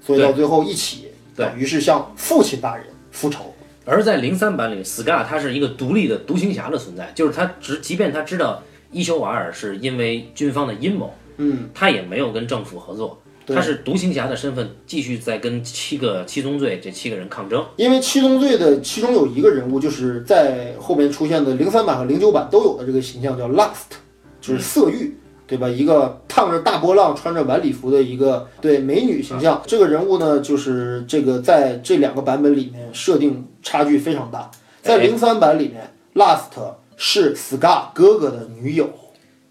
所以到最后一起，对等于是向父亲大人复仇。而在零三版里，Scar 他是一个独立的独行侠的存在，就是他只即便他知道伊修瓦尔是因为军方的阴谋，嗯，他也没有跟政府合作，对他是独行侠的身份继续在跟七个七宗罪这七个人抗争。因为七宗罪的其中有一个人物，就是在后面出现的零三版和零九版都有的这个形象叫 Lust，就是色欲，对吧？一个烫着大波浪、穿着晚礼服的一个对美女形啊象。这个人物呢，就是这个在这两个版本里面设定差距非常大。在哎零三版里面，Lust 是 Scar 哥哥的女友，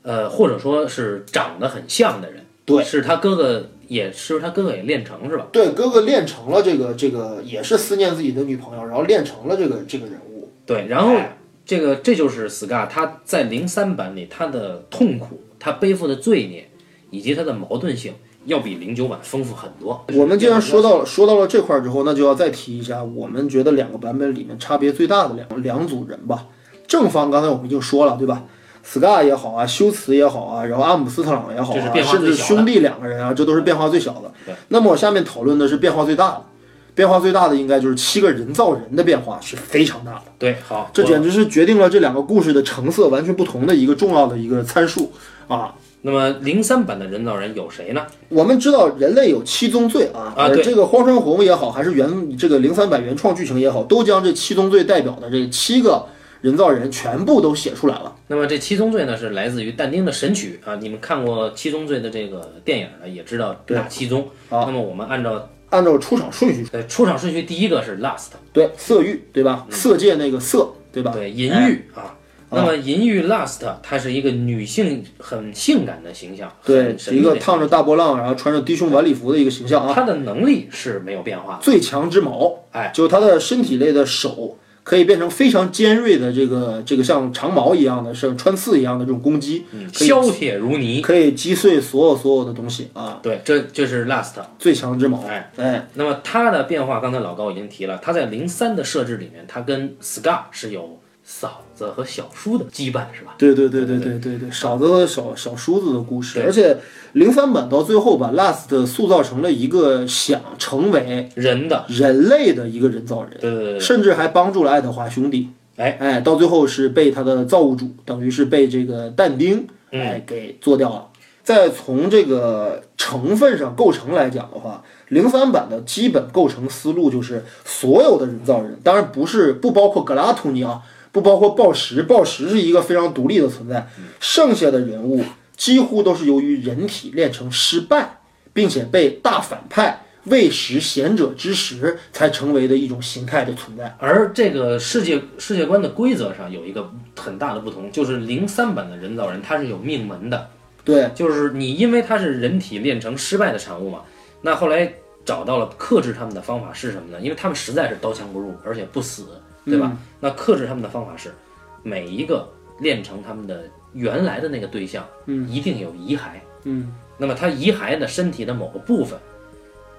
呃，或者说是长得很像的人，对是他哥哥也是他哥哥也练成是吧？对哥哥练成了这个这个也是思念自己的女朋友，然后练成了这个这个人物。对，然后哎这个这就是 Scar 他在零三版里他的痛苦，他背负的罪孽，以及他的矛盾性，要比零九版丰富很多。我们既然说到了说到了这块儿之后，那就要再提一下，我们觉得两个版本里面差别最大的两两组人吧。正方刚才我们已经说了，对吧？Scar 也好啊，修辞也好啊，然后阿姆斯特朗也好这是啊，变化甚最至小的兄弟两个人啊，这都是变化最小对的。那么我下面讨论的是变化最大的，变化最大的应该就是七个人造人的变化是非常大的，对，好，这我简直是决定了这两个故事的成色完全不同的一个重要的一个参数啊。那么零三版的人造人有谁呢？我们知道人类有七宗罪啊，啊呃对这个荒川弘也好，还是原这个零三版原创剧情也好，都将这七宗罪代表的这七个人造人全部都写出来了。那么这七宗罪呢，是来自于但丁的《神曲》啊。你们看过《七宗罪》的这个电影呢，也知道对哪七宗。好那么我们按照按照出场顺序，呃出场顺序，第一个是 Lust，对色欲，对吧？色戒那个色，对吧？嗯对淫欲哎啊。那么淫欲 Lust，它是一个女性很性感的形象，对很，神一秘个的烫着大波浪，然后穿着低胸晚礼服的一个形象啊。他的能力是没有变化的。最强之矛，哎，就他的身体类的手可以变成非常尖锐的这个这个像长矛一样的，像穿刺一样的这种攻击，可以削铁如泥。可以击碎所有所有的东西啊。对，这这是 Last。最强之矛，哎哎，那么它的变化，刚才老高已经提了，它在零三的设置里面，它跟 Scar 是有嫂子和小叔的羁绊，是吧？对对对对对对对，嫂子和小小叔子的故事，对而且零三版到最后把 Last 塑造成了一个想成为人的，人类的一个人造人，对对对对，甚至还帮助了爱德华兄弟。哎哎，到最后是被他的造物主，等于是被这个但丁嗯哎给做掉了。再从这个成分上构成来讲的话，零三版的基本构成思路就是所有的人造人，当然不是不包括格拉图尼啊，不包括暴食，暴食是一个非常独立的存在，剩下的人物几乎都是由于人体炼成失败，并且被大反派喂食贤者之石才成为的一种形态的存在。而这个世界世界观的规则上有一个很大的不同，就是零三版的人造人它是有命门的，对，就是你因为它是人体炼成失败的产物嘛，那后来找到了克制他们的方法是什么呢？因为他们实在是刀枪不入，而且不死，对吧？嗯那克制他们的方法是，每一个炼成他们的原来的那个对象，嗯，一定有遗骸，嗯，那么他遗骸的身体的某个部分，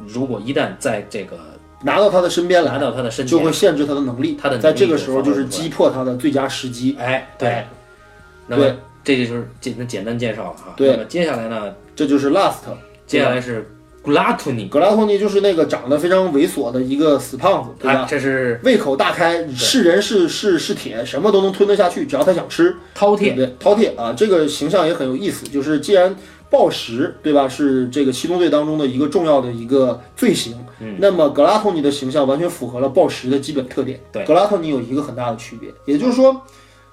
如果一旦在这个拿到他的身边来来。到他的身体就，会限制他的能力，他的能力在这个时候就就发挥是不出来击破他的最佳时机。哎，对，那对么这就是简单简单介绍了啊。对那么接下来呢，这就是 Last，接下来是古拉图尼，格拉托尼就是那个长得非常猥琐的一个死胖子，对他吧？哎这是胃口大开，是人是是是铁，什么都能吞得下去，只要他想吃。饕对餮，不对？饕餮啊，这个形象也很有意思。就是既然暴食，对吧，是这个七宗罪当中的一个重要的一个罪行，嗯那么格拉托尼的形象完全符合了暴食的基本特点。对格拉托尼有一个很大的区别，也就是说，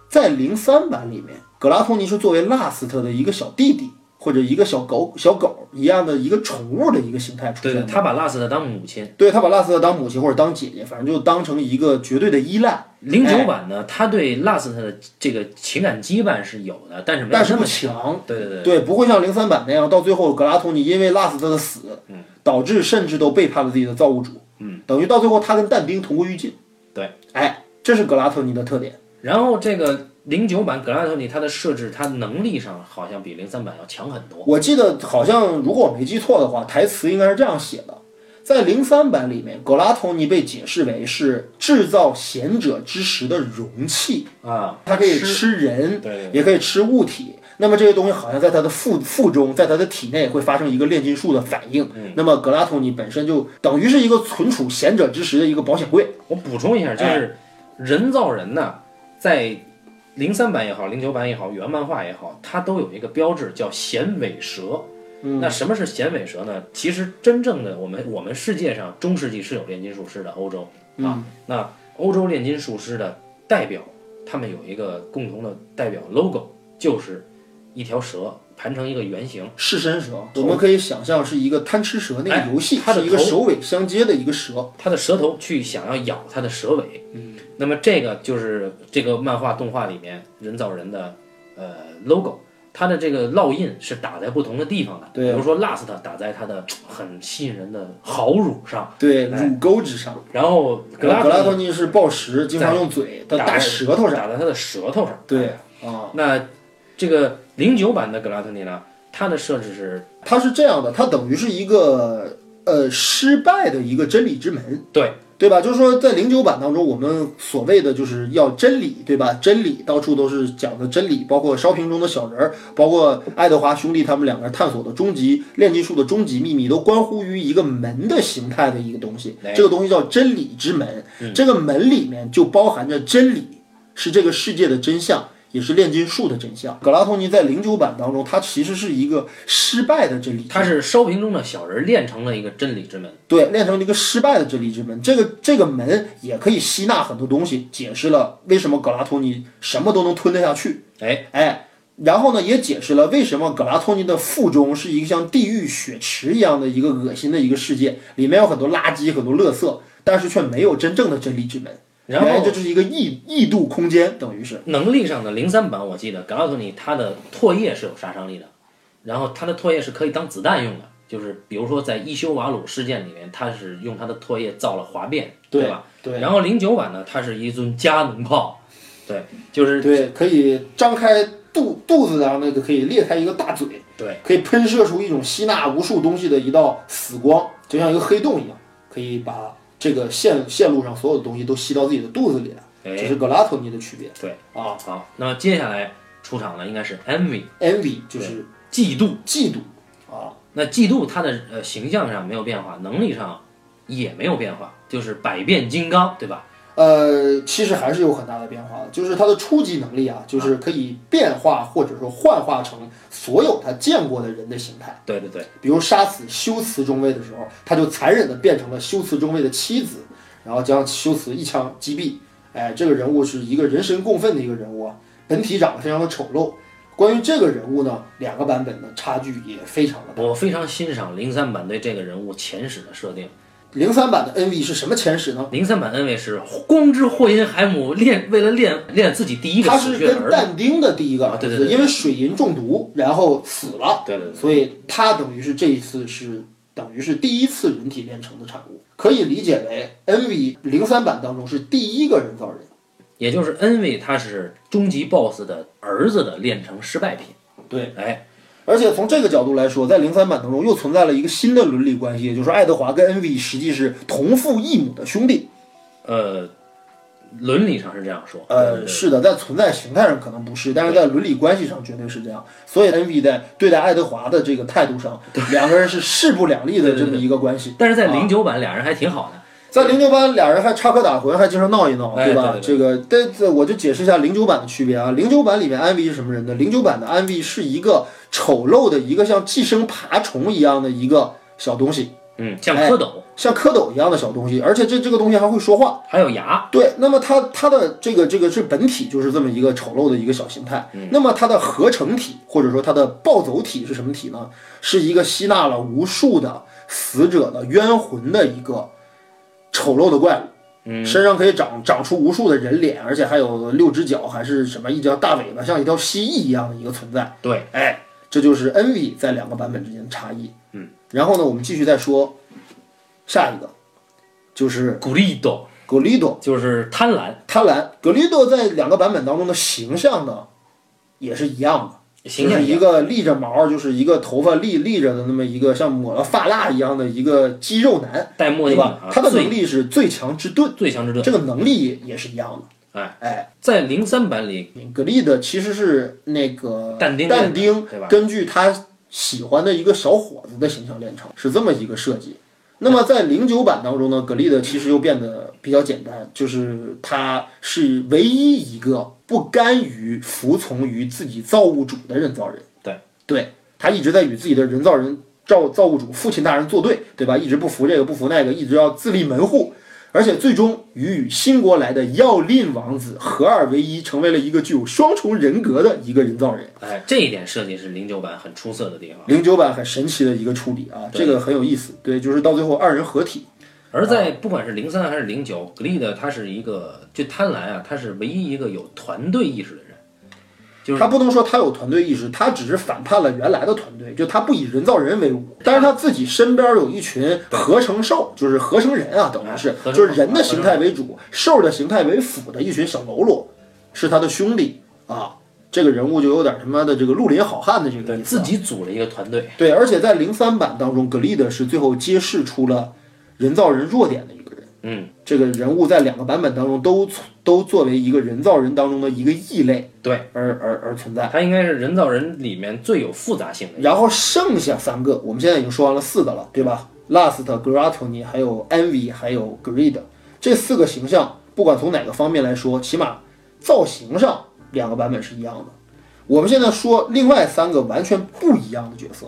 在零三版里面，格拉托尼是作为拉斯特的一个小弟弟或者一个小狗小狗一样的一个宠物的一个形态出对现对，的。他把拉斯特当母亲。对他把拉斯特当母亲或者当姐姐，反正就当成一个绝对的依赖，零哎九版呢，他对拉斯特的这个情感羁绊是有的，但是没有但是那不么强。对对对，对，不会像零三版那样，到最后格拉托尼因为拉斯特的死，导致甚至都背叛了自己的造物主，嗯，等于到最后他跟但丁同归于尽。对，哎，这是格拉托尼的特点。然后这个零九版格拉托尼他的设置，他能力上好像比零三版要强很多。我记得好像如果我没记错的话，台词应该是这样写的：在零三版里面，格拉托尼被解释为是制造贤者之石的容器，啊，它可以吃人，对对也可以吃物体。那么这些东西好像在他的腹腹中，在他的体内会发生一个炼金术的反应。嗯那么格拉托尼本身就等于是一个存储贤者之石的一个保险柜。我补充一下，就是人造人呢，在零三版也好，零九版也好，原漫画也好，它都有一个标志叫衔尾蛇。那什么是衔尾蛇呢？其实真正的我们我们世界上中世纪是有炼金术师的，欧洲啊，那欧洲炼金术师的代表，他们有一个共同的代表 logo，就是一条蛇盘成一个圆形。弑神蛇，我们可以想象是一个贪吃蛇嗯那哦哎个游戏，它的是一个头首尾相接的一个蛇。它的舌头去想要咬它的蛇尾。嗯，那么这个就是这个漫画动画里面人造人的呃 logo，它的这个烙印是打在不同的地方的，对啊比如说 last 打在它的很吸引人的豪乳上，对，乳沟之上，然后哎哦格格拉拉克托尼是暴食，经常用嘴，他打打在舌头上。哦打在它的舌头上。对啊，那这个零九版的格拉特尼呢，它的设置是它是这样的，它等于是一个呃失败的一个真理之门。对对吧？就是说，在零九版当中，我们所谓的就是要真理，对吧？真理到处都是讲的真理，包括烧瓶中的小人儿，包括爱德华兄弟他们两个人探索的终极炼金术的终极秘密，都关乎于一个门的形态的一个东西哎。嗯这个东西叫真理之门，这个门里面就包含着真理，是这个世界的真相。也是炼金术的真相。格拉托尼在零九版当中，他其实是一个失败的真理，它是烧瓶中的小人练成了一个真理之门。对，练成了一个失败的真理之门。这个这个门也可以吸纳很多东西，解释了为什么格拉托尼什么都能吞得下去。哎，哎，然后呢，也解释了为什么格拉托尼的腹中是一个像地狱血池一样的一个恶心的一个世界，里面有很多垃圾、很多垃圾，但是却没有真正的真理之门。然后原来这就是一个异异度空间，等于是。能力上的零三版，我记得格拉托尼他的唾液是有杀伤力的，然后他的唾液是可以当子弹用的，就是比如说在伊修瓦鲁事件里面，他是用他的唾液造了滑变，对吧？对然后零九版呢，它是一尊加农炮，对，就是对，可以张开肚肚子，然后那个可以裂开一个大嘴，对，可以喷射出一种吸纳无数东西的一道死光，就像一个黑洞一样，可以把这个线线路上所有的东西都吸到自己的肚子里来，哎这是格拉托尼的区别对。啊。好，那么接下来出场的应该是 envy envy 就是嫉妒，嫉妒啊，那嫉妒他的呃形象上没有变化，能力上也没有变化，就是百变金刚，对吧？呃，其实还是有很大的变化的，就是他的初级能力啊，就是可以变化或者说幻化成所有他见过的人的形态。对对对，比如杀死修辞中尉的时候，他就残忍地变成了修辞中尉的妻子，然后将修辞一枪击毙。哎，这个人物是一个人神共愤的一个人物啊，本体长得非常的丑陋。关于这个人物呢，两个版本的差距也非常的大。我非常欣赏零三版对这个人物前史的设定。零三版的 NV 是什么前史呢？零三版恩位是光之霍因海姆练为了练练自己第一个他死是去的跟儿子，但丁的第一个儿啊子，对对对对因为水银中毒然后死了，对对对所以他等于是这一次是等于是第一次人体炼成的产物，可以理解为 NV 零三版当中是第一个人造人。也就是恩位他是终极 BOSS 的儿子的炼成失败品。对，哎，而且从这个角度来说，在零三版当中又存在了一个新的伦理关系，也就是爱德华跟 NV 实际是同父异母的兄弟。呃，伦理上是这样说。呃，是的，在存在形态上可能不是，但是在伦理关系上绝对是这样。所以 NB 在对待爱德华的这个态 度上，两个人是势不两立的这么一个关系。但是在零九版俩人还挺好的。在零九版，俩人还插科打诨，还经常闹一闹，哎对吧？对对这个，但这我就解释一下零九版的区别啊。零九版里面安 v 是什么人呢？零九版的安 v 是一个丑陋的一个像寄生爬虫一样的一个小东西，嗯，像蝌蚪，像蝌蚪一样的小东西，而且这这个东西还会说话。还有牙，对，那么它它的这个这个是本体，就是这么一个丑陋的一个小形态。那么它的合成体或者说它的暴走体是什么体呢？是一个吸纳了无数的死者的冤魂的一个丑陋的怪物。身上可以长长出无数的人脸，而且还有六只脚，还是什么一条大尾巴，像一条蜥蜴一样的一个存在。对，哎，这就是 NV 在两个版本之间的差异。嗯，然后呢，我们继续再说下一个，就是古力斗 Golido。就是贪婪，贪婪。格丽多在两个版本当中的形象呢，也是一样的，形就象是一个立着毛，就是一个头发立立着的那么一个像抹了发蜡一样的一个肌肉男，戴墨对镜吧啊？，他的最能力是最强之盾，最强之盾。这个能力也是一样的。哎哎，在零三版里，格丽的其实是那个但丁但丁对吧根据他喜欢的一个小伙子的形象练成，是这么一个设计。那么在零九版当中呢，格丽的其实又变得比较简单，就是他是唯一一个不甘于服从于自己造物主的人造人。对，对他一直在与自己的人造人造造物主父亲大人作对，对吧？一直不服这个不服那个，一直要自立门户，而且最终与与新国来的药令王子合二为一，成为了一个具有双重人格的一个人造人。哎，这一点设计是零九版很出色的地方。零九版很神奇的一个处理啊，这个很有意思。对，就是到最后二人合体，而在啊不管是零三还是零九，Glid 他是一个就贪婪啊，他是唯一一个有团队意识的人，就是他不能说他有团队意识，他只是反叛了原来的团队，就他不以人造人为伍，但是他自己身边有一群合成兽，就是合成人啊，等于是合成就是人的形态为主，兽的形态为辅的一群小喽啰，是他的兄弟啊。这个人物就有点他妈的这个绿林好汉的这个对意思自啊，己组了一个团队。对，而且在零三版当中，格丽德是最后揭示出了人造人弱点的一个人。嗯，这个人物在两个版本当中都都作为一个人造人当中的一个异类对，而而而存在。他应该是人造人里面最有复杂性的一个。然后剩下三个，我们现在已经说完了四个了，对吧？Last、Gratony、还有 Envy、还有 Greed 这四个形象，不管从哪个方面来说，起码造型上两个版本是一样的。我们现在说另外三个完全不一样的角色，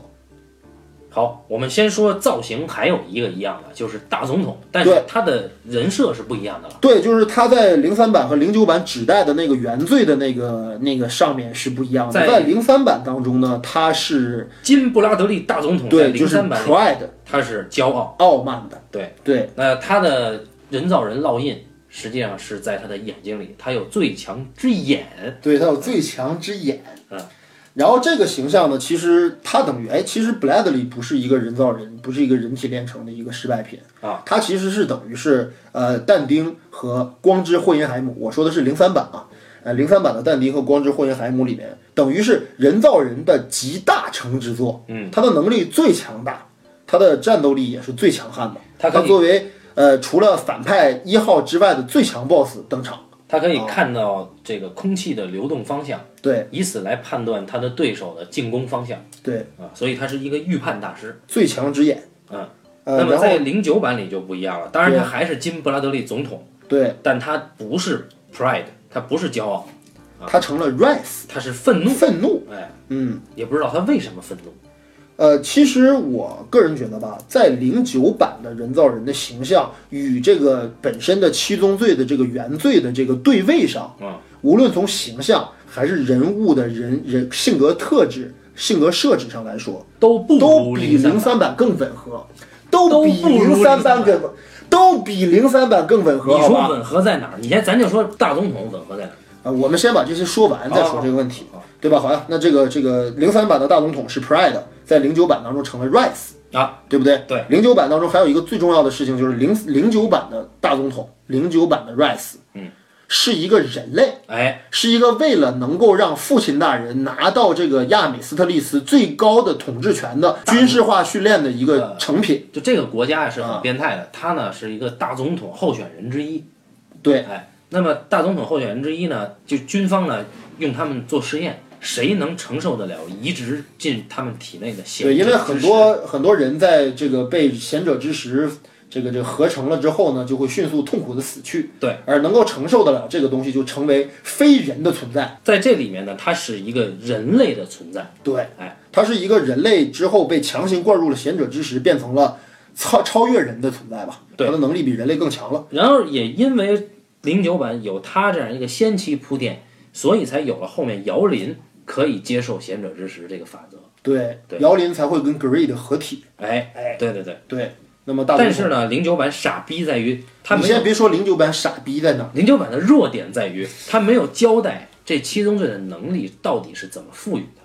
好，我们先说造型，还有一个一样的就是大总统，但是对他的人设是不一样的了。对，就是他在零三版和零九版指代的那个原罪的那个那个上面是不一样的。在在零三版当中呢，他是金布拉德利大总统在对，就零是三版里 pride 他是骄傲，傲慢的，对对那他的人造人烙印实际上是在他的眼睛里，他有最强之眼， 对，他有最强之眼。嗯然后这个形象呢，其实他等于哎，其实 Bradley 不是一个人造人，不是一个人体炼成的一个失败品啊，他其实是等于是呃但丁和光之霍因海姆，我说的是零三版啊，呃零三版的但丁和光之霍因海姆里面，等于是人造人的集大成之作，嗯，他的能力最强大，他的战斗力也是最强悍的，他可以他作为呃除了反派一号之外的最强 BOSS 登场，他可以看到这个空气的流动方向，哦对以此来判断他的对手的进攻方向对，啊，所以他是一个预判大师。最强之眼，嗯，呃，那么然后在零九版里就不一样了，当然他还是金布拉德利总统，对但他不是 pride，他不是骄傲，他成了 Rice 他是愤怒，愤怒，哎，嗯，也不知道他为什么愤怒。呃，其实我个人觉得吧，在零九版的人造人的形象与这个本身的七宗罪的这个原罪的这个对位上，嗯，无论从形象还是人物的人人性格特质、性格设置上来说，都不都如比03零版三版更吻合，都都比不如零03三版更吻，都比零三版更吻合，你好说吧？吻合在哪儿？你先咱就说大总统吻合在哪儿？啊，我们先把这些说完，再说这个问题，对吧？好呀，那这个这个零三版的大总统是 Pride，在零九版当中成了 Rice，啊，对不对？对。零九版当中还有一个最重要的事情，就是零零九版的大总统，零九版的 Rice，嗯，是一个人类，哎，是一个为了能够让父亲大人拿到这个亚美斯特利斯最高的统治权的军事化训练的一个成品。啊就这个国家呀是很变态的，他呢是一个大总统候选人之一。对，哎，那么大总统候选人之一呢，就军方呢用他们做实验，谁能承受得了移植进他们体内的血？对，因为很多很多人在这个被贤者之石这个这个合成了之后呢，就会迅速痛苦的死去。对，而能够承受得了这个东西，就成为非人的存在。在这里面呢，它是一个人类的存在。对，哎，它是一个人类之后被强行灌入了贤者之石，变成了超超越人的存在吧？对它的能力比人类更强了。然后也因为零九版有它这样一个先期铺垫，所以才有了后面姚林可以接受贤者之石这个法则。对，对姚林才会跟 Greed 合体。哎哎，对对对。对，那么大但总是统，呢，零九版傻逼在于他你没有先别说零九版傻逼在哪儿，零九版的弱点在于他没有交代这七宗罪的能力到底是怎么赋予的，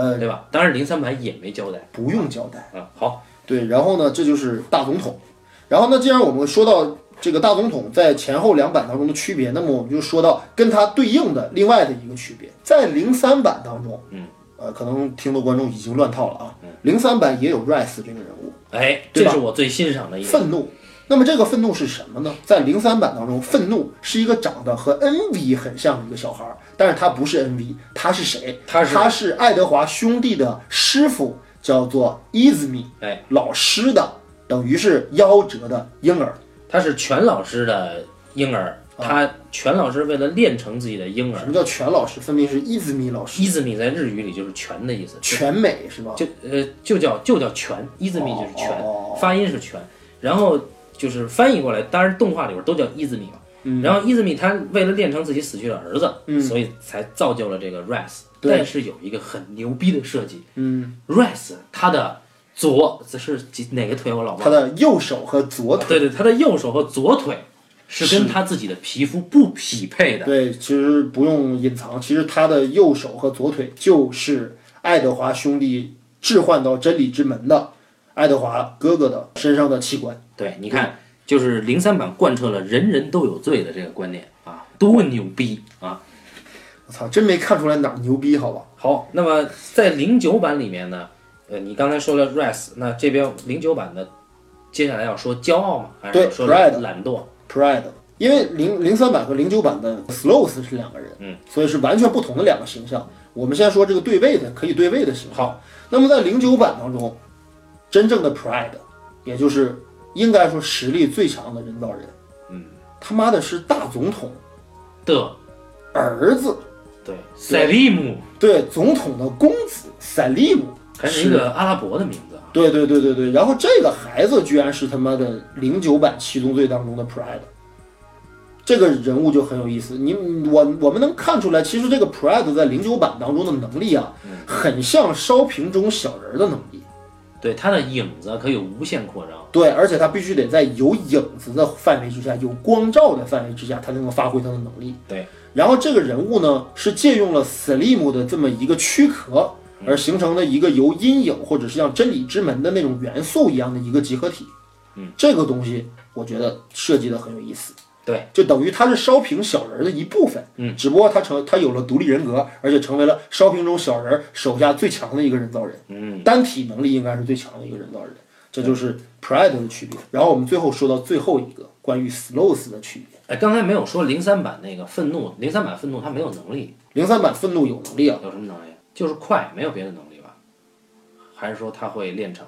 呃，对吧？当然零三版也没交代不用交代。啊。好，对，然后呢，这就是大总统。然后呢，既然我们说到这个大总统在前后两版当中的区别，那么我们就说到跟它对应的另外的一个区别，在零三版当中，嗯，呃，可能听的观众已经乱套了啊。零三版也有 Rice 这个人物，哎，这对吧是我最欣赏的一个。愤怒。那么这个愤怒是什么呢？在零三版当中，愤怒是一个长得和 NV 很像的一个小孩儿，但是他不是 NV，他是谁？他是他是爱德华兄弟的师傅，叫做伊兹米。哎，老师的，等于是夭折的婴儿，他是全老师的婴儿，啊他全老师为了练成自己的婴什儿，么叫全老师？分别是伊兹米老师，伊兹米在日语里就是全的意思，全美是吧？就呃就叫就叫全，伊兹米就是全，哦发音是全，然后就是翻译过来，当然动画里边都叫伊兹米嘛。嗯然后伊 E 兹米他为了练成自己死去的儿子，所以才造就了这个 Rice。对但是有一个很牛逼的设计嗯， ，Rice 他的左这是几哪个腿啊我老忘他了，的右手和左腿，对对，他的右手和左腿是跟他自己的皮肤不匹配的。对，其实不用隐藏，其实他的右手和左腿就是爱德华兄弟置换到真理之门的爱德华哥哥的身上的器官。对，你看，就是零三版贯彻了人人都有罪的这个观念啊，多牛逼啊！我操，真没看出来哪儿牛逼，好吧？好，那么在零九版里面呢，呃，你刚才说了 res，那这边零九版的，接下来要说骄傲嘛，还是对要说 pride 懒惰？ Pride，因为零零三版和零九版的 Sloth 是两个人，嗯，所以是完全不同的两个形象。我们先说这个对位的，可以对位的形象。好，那么在零九版当中，真正的 Pride，也就是应该说实力最强的人造人，嗯，他妈的是大总统的，儿子，对，塞利姆对，总统的公子赛利姆，还是一个阿拉伯的名字啊，对对对对对。然后这个孩子居然是他妈的零九版七宗罪当中的 Pride，这个人物就很有意思。你我我们能看出来，其实这个 Pride 在零九版当中的能力啊，很像烧瓶中小人的能力。对，他的影子可以无限扩张，对，而且他必须得在有影子的范围之下，有光照的范围之下，他才能发挥他的能力。对，然后这个人物呢，是借用了 Slim 的这么一个躯壳，嗯而形成了一个由阴影或者是像真理之门的那种元素一样的一个集合体。嗯，这个东西我觉得设计的很有意思。对，就等于他是烧瓶小人儿的一部分。嗯，只不过他成他有了独立人格，而且成为了烧瓶中小人儿手下最强的一个人造人。嗯，单体能力应该是最强的一个人造人，这就是 Pride 的区别。然后我们最后说到最后一个关于 Sloth 的区别。哎，刚才没有说零三版那个愤怒，零三版愤怒他没有能力，零三版愤怒有能力啊，有什么能力？就是快，没有别的能力吧？还是说他会练成？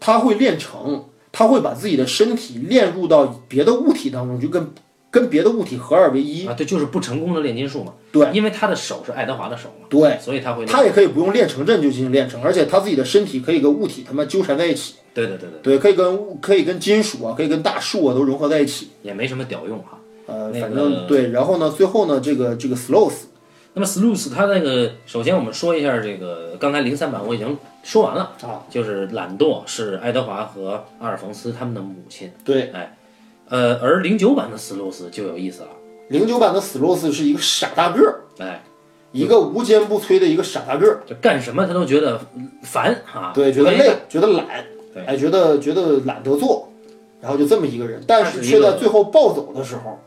他会练成，他会把自己的身体炼入到别的物体当中，就跟跟别的物体合二为一。啊，对，就是不成功的炼金术嘛。对，因为他的手是爱德华的手嘛，对，所以他会练。他也可以不用炼成阵就进行炼成，而且他自己的身体可以跟物体他妈纠缠在一起，对对对对，对，可以跟物可以跟金属啊，可以跟大树啊都融合在一起。也没什么屌用哈。呃，那个反正对，然后呢，最后呢，这个这个 Sloth 那么 Sluice 它那个，首先我们说一下这个，刚才零三版我已经说完了，啊，就是懒惰是爱德华和阿尔冯斯他们的母亲，对，呃，而零九版的 Sluice 就有意思了，零九版的 Sloth 是一个傻大个儿，哎，一个无坚不摧的一个傻大个儿，就干什么他都觉得嗯烦啊，对，觉得没累，觉得懒对，哎，觉得觉得懒得做，然后就这么一个人，但是他是一却个在最后暴走的时候，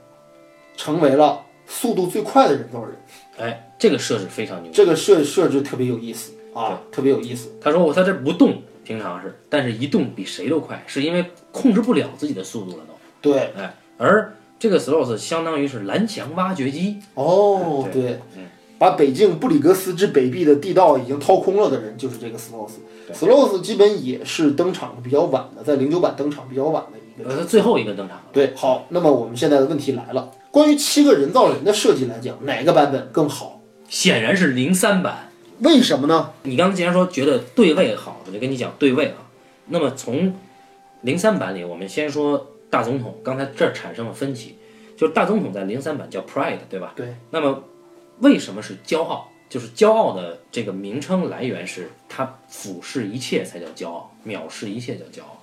成为了速度最快的人造人，哎，这个设置非常牛。这个设设置特别有意思啊，特别有意思，他说我他这不动，平常是，但是一动比谁都快，是因为控制不了自己的速度了都。对，哎，而这个 sloth 相当于是蓝翔挖掘机，哦，嗯对嗯对，把北境布里格斯之北壁的地道已经掏空了的人就是这个 Sloth。Sloth 基本也是登场比较晚的，在零九版登场比较晚的一个。呃，它最后一个登场了。对，好，那么我们现在的问题来了，关于七个人造人的设计来讲，哪个版本更好？显然是零三版。为什么呢？你刚才既然说觉得对位好，我就跟你讲对位啊。那么从零三版里，我们先说大总统，刚才这儿产生了分歧，就是大总统在零三版叫 Pride，对吧？对。那么为什么是骄傲？就是骄傲的这个名称来源是它俯视一切才叫骄傲，藐视一切叫骄傲。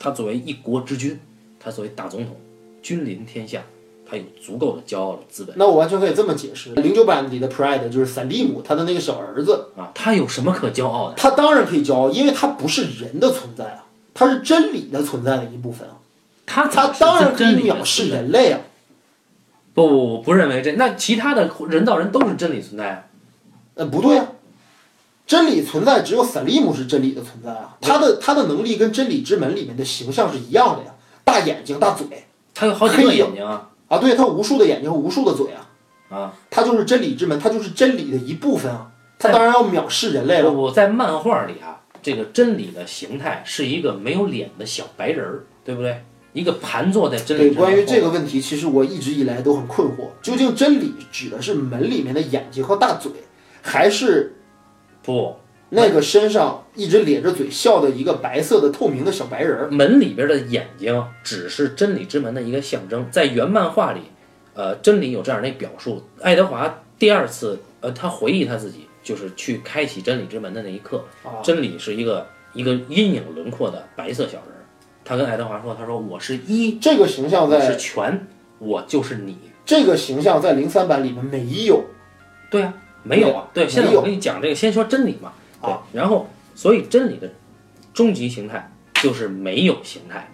他作为一国之君，他作为大总统，君临天下，他有足够的骄傲的资本。那我完全可以这么解释，零九版里的 Pride 就是散蒂姆他的那个小儿子，啊，他有什么可骄傲的？他当然可以骄傲，因为他不是人的存在啊，他是真理的存在的一部分啊，他 他他当然可以藐视人类啊。不，我不认为这。那其他的人造人都是真理存在啊。呃，不对啊，真理存在只有萨利姆是真理的存在啊，他的他的能力跟真理之门里面的形象是一样的呀，大眼睛大嘴他有好几个眼睛啊啊，对他无数的眼睛和无数的嘴啊，啊！他就是真理之门，他就是真理的一部分啊，他当然要藐视人类了。我在漫画里啊，这个真理的形态是一个没有脸的小白人儿，对不对？一个盘坐在真理对，之关于上这个问题，其实我一直以来都很困惑，究竟真理指的是门里面的眼睛和大嘴，还是不那个身上一直咧着嘴笑的一个白色的透明的小白人儿？门里边的眼睛只是真理之门的一个象征。在原漫画里，呃，真理有这样的表述：爱德华第二次，呃，他回忆他自己，就是去开启真理之门的那一刻，啊真理是一个一个阴影轮廓的白色小人儿。他跟爱德华说：“他说我是一，这个形象我在是全，我就是你。这个形象在零三版里面没有。”对啊，没有啊。没有对，现在没有我跟你讲这个，先说真理嘛。对啊，然后所以真理的终极形态就是没有形态，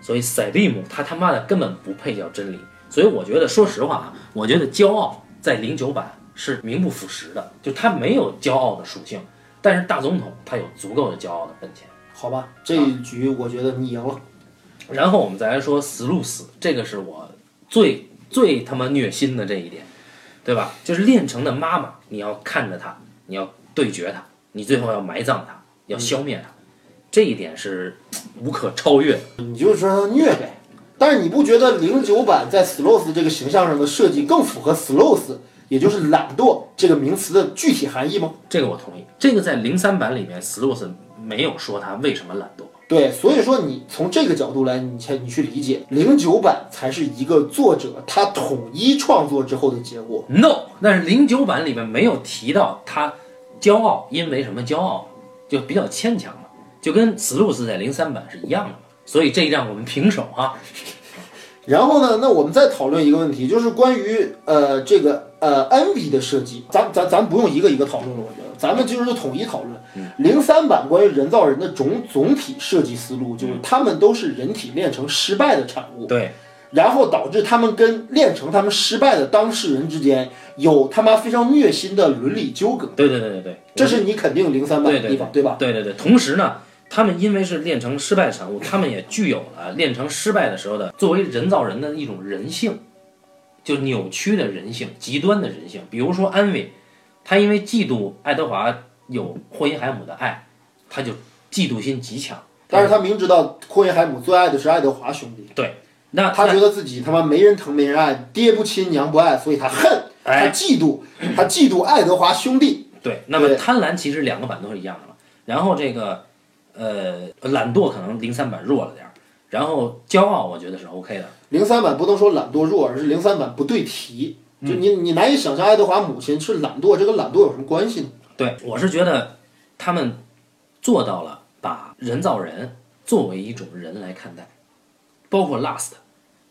所以塞利姆他他妈的根本不配叫真理。所以我觉得，说实话啊，我觉得骄傲在零九版是名不副实的，就他没有骄傲的属性，但是大总统他有足够的骄傲的本钱。好吧，这一局我觉得你赢了。然后我们再来说死路死，这个是我最最他妈虐心的这一点，对吧？就是炼成的妈妈，你要看着她，你要对决她，你最后要埋葬她，要消灭她，这一点是无可超越的。你就说他虐呗。但是你不觉得零九版在 Sloth 这个形象上的设计更符合 Sloth，也就是懒惰这个名词的具体含义吗？这个我同意。这个在零三版里面，斯洛斯没有说他为什么懒惰，对，所以说你从这个角度来，你才你去理解零九版才是一个作者他统一创作之后的结果。 No，但是零九版里面没有提到他骄傲，因为什么骄傲，就比较牵强了，就跟死路斯在零三版是一样的嘛。所以这一让我们平手啊。然后呢，那我们再讨论一个问题，就是关于呃这个呃 Envy 的设计，咱咱咱不用一个一个讨论了，我觉得咱们今儿就统一讨论。零三版关于人造人的总总体设计思路，就是他们都是人体炼成失败的产物，对，然后导致他们跟炼成他们失败的当事人之间有他妈非常虐心的伦理纠葛，对对对对对，这是你肯定零三版对的对地方，对吧？？对对对，同时呢，他们因为是炼成失败产物，他们也具有了炼成失败的时候的作为人造人的一种人性，就扭曲的人性、极端的人性。比如说安伟，他因为嫉妒爱德华有霍因海姆的爱，他就嫉妒心极强。但是他明知道霍因海姆最爱的是爱德华兄弟，对，那他觉得自己他妈没人疼没人爱，爹不亲娘不爱，所以他恨，他哎嫉妒，他嫉妒爱德华兄弟。对，那么对贪婪其实两个版都是一样的嘛。然后这个，呃，懒惰可能零三版弱了点儿，然后骄傲我觉得是 OK 的。零三版不能说懒惰弱，而是零三版不对题。嗯就你你难以想象爱德华母亲是懒惰，这跟懒惰有什么关系呢？对，我是觉得他们做到了把人造人作为一种人来看待，包括 Last，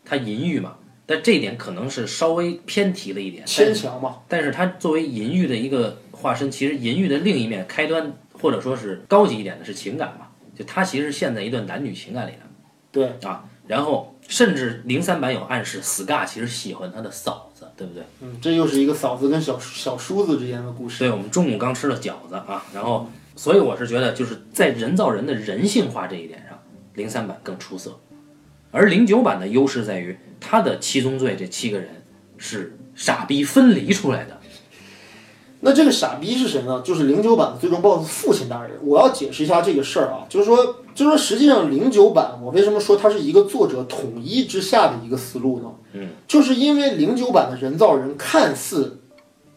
他淫欲嘛，但这一点可能是稍微偏题了一点，但牵是强嘛。但是他作为淫欲的一个化身，其实淫欲的另一面开端或者说是高级一点的是情感嘛，就他其实陷在一段男女情感里的对，啊，然后甚至零三版有暗示，Scar 其实喜欢他的嫂子，对不对？嗯，这又是一个嫂子跟小小叔子之间的故事。对，我们中午刚吃了饺子啊，然后，所以我是觉得就是在人造人的人性化这一点上，零三版更出色。而零九版的优势在于，他的七宗罪这七个人是傻逼分离出来的。那这个傻逼是谁呢？就是零九版的最终 BOSS 父亲大人。我要解释一下这个事儿啊，就是说，就是说，实际上零九版我为什么说它是一个作者统一之下的一个思路呢？嗯，就是因为零九版的人造人看似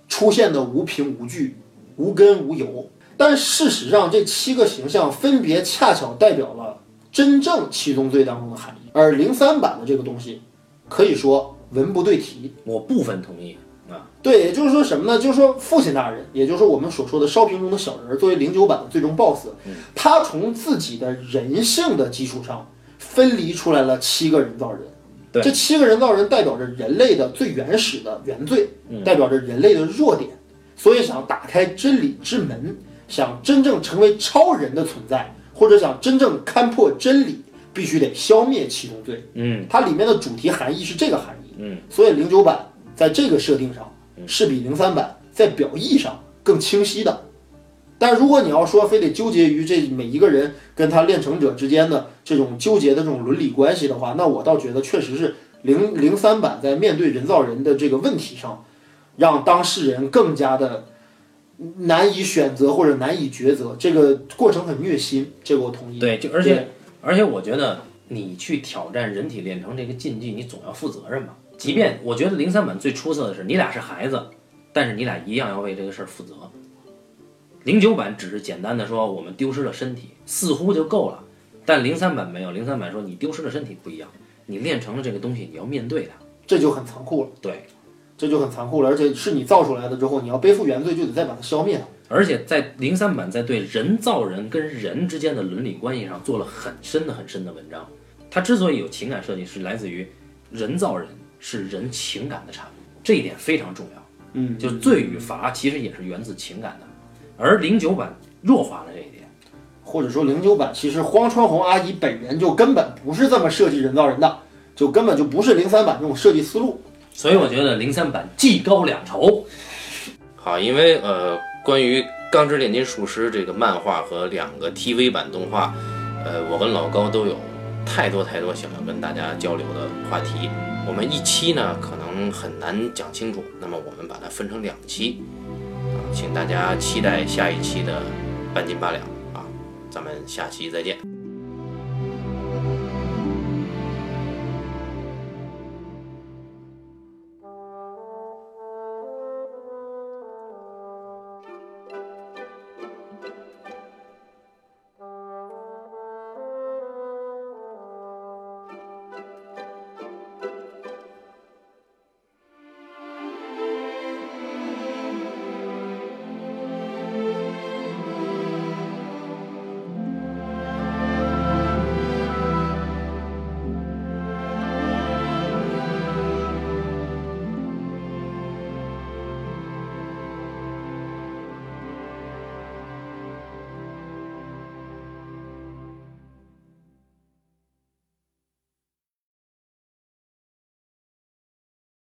出现的无凭无据、无根无由，但事实上这七个形象分别恰巧代表了真正七宗罪当中的含义。而零三版的这个东西，可以说文不对题，我部分同意啊，对，也就是说什么呢？就是说父亲大人，也就是说我们所说的烧瓶中的小人儿，作为零九版的最终 BOSS，他从自己的人性的基础上分离出来了七个人造人。对这七个人造人代表着人类的最原始的原罪，代表着人类的弱点，所以想打开真理之门，想真正成为超人的存在，或者想真正看破真理，必须得消灭七宗罪。嗯，它里面的主题含义是这个含义。嗯，所以零九版在这个设定上是比零三版在表意上更清晰的。但如果你要说非得纠结于这每一个人跟他练成者之间的这种纠结的这种伦理关系的话，那我倒觉得确实是零零三版在面对人造人的这个问题上，让当事人更加的难以选择或者难以抉择，这个过程很虐心，这个我同意。对，就而且而且我觉得你去挑战人体炼成这个禁忌，你总要负责任吧。即便我觉得零三版最出色的是你俩是孩子，但是你俩一样要为这个事儿负责。零九版只是简单的说我们丢失了身体，似乎就够了，但零三版没有，零三版说你丢失了身体不一样，你练成了这个东西，你要面对它。这就很残酷了。对，这就很残酷了，而且是你造出来的之后，你要背负原罪，就得再把它消灭掉。而且在零三版在对人造人跟人之间的伦理关系上做了很深的很深的文章。它之所以有情感设计，是来自于人造人是人情感的产物，这一点非常重要。嗯，就罪与罚其实也是源自情感的，而零九版弱化了这一点。或者说零九版，其实荒川弘阿姨本人就根本不是这么设计人造人的，就根本就不是零三版这种设计思路。所以我觉得零三版技高两筹。好，因为呃，关于《钢之炼金术师》这个漫画和两个 TV 版动画，呃，我跟老高都有太多太多想要跟大家交流的话题。我们一期呢可能很难讲清楚，那么我们把它分成两期啊，请大家期待下一期的半斤八两啊，咱们下期再见。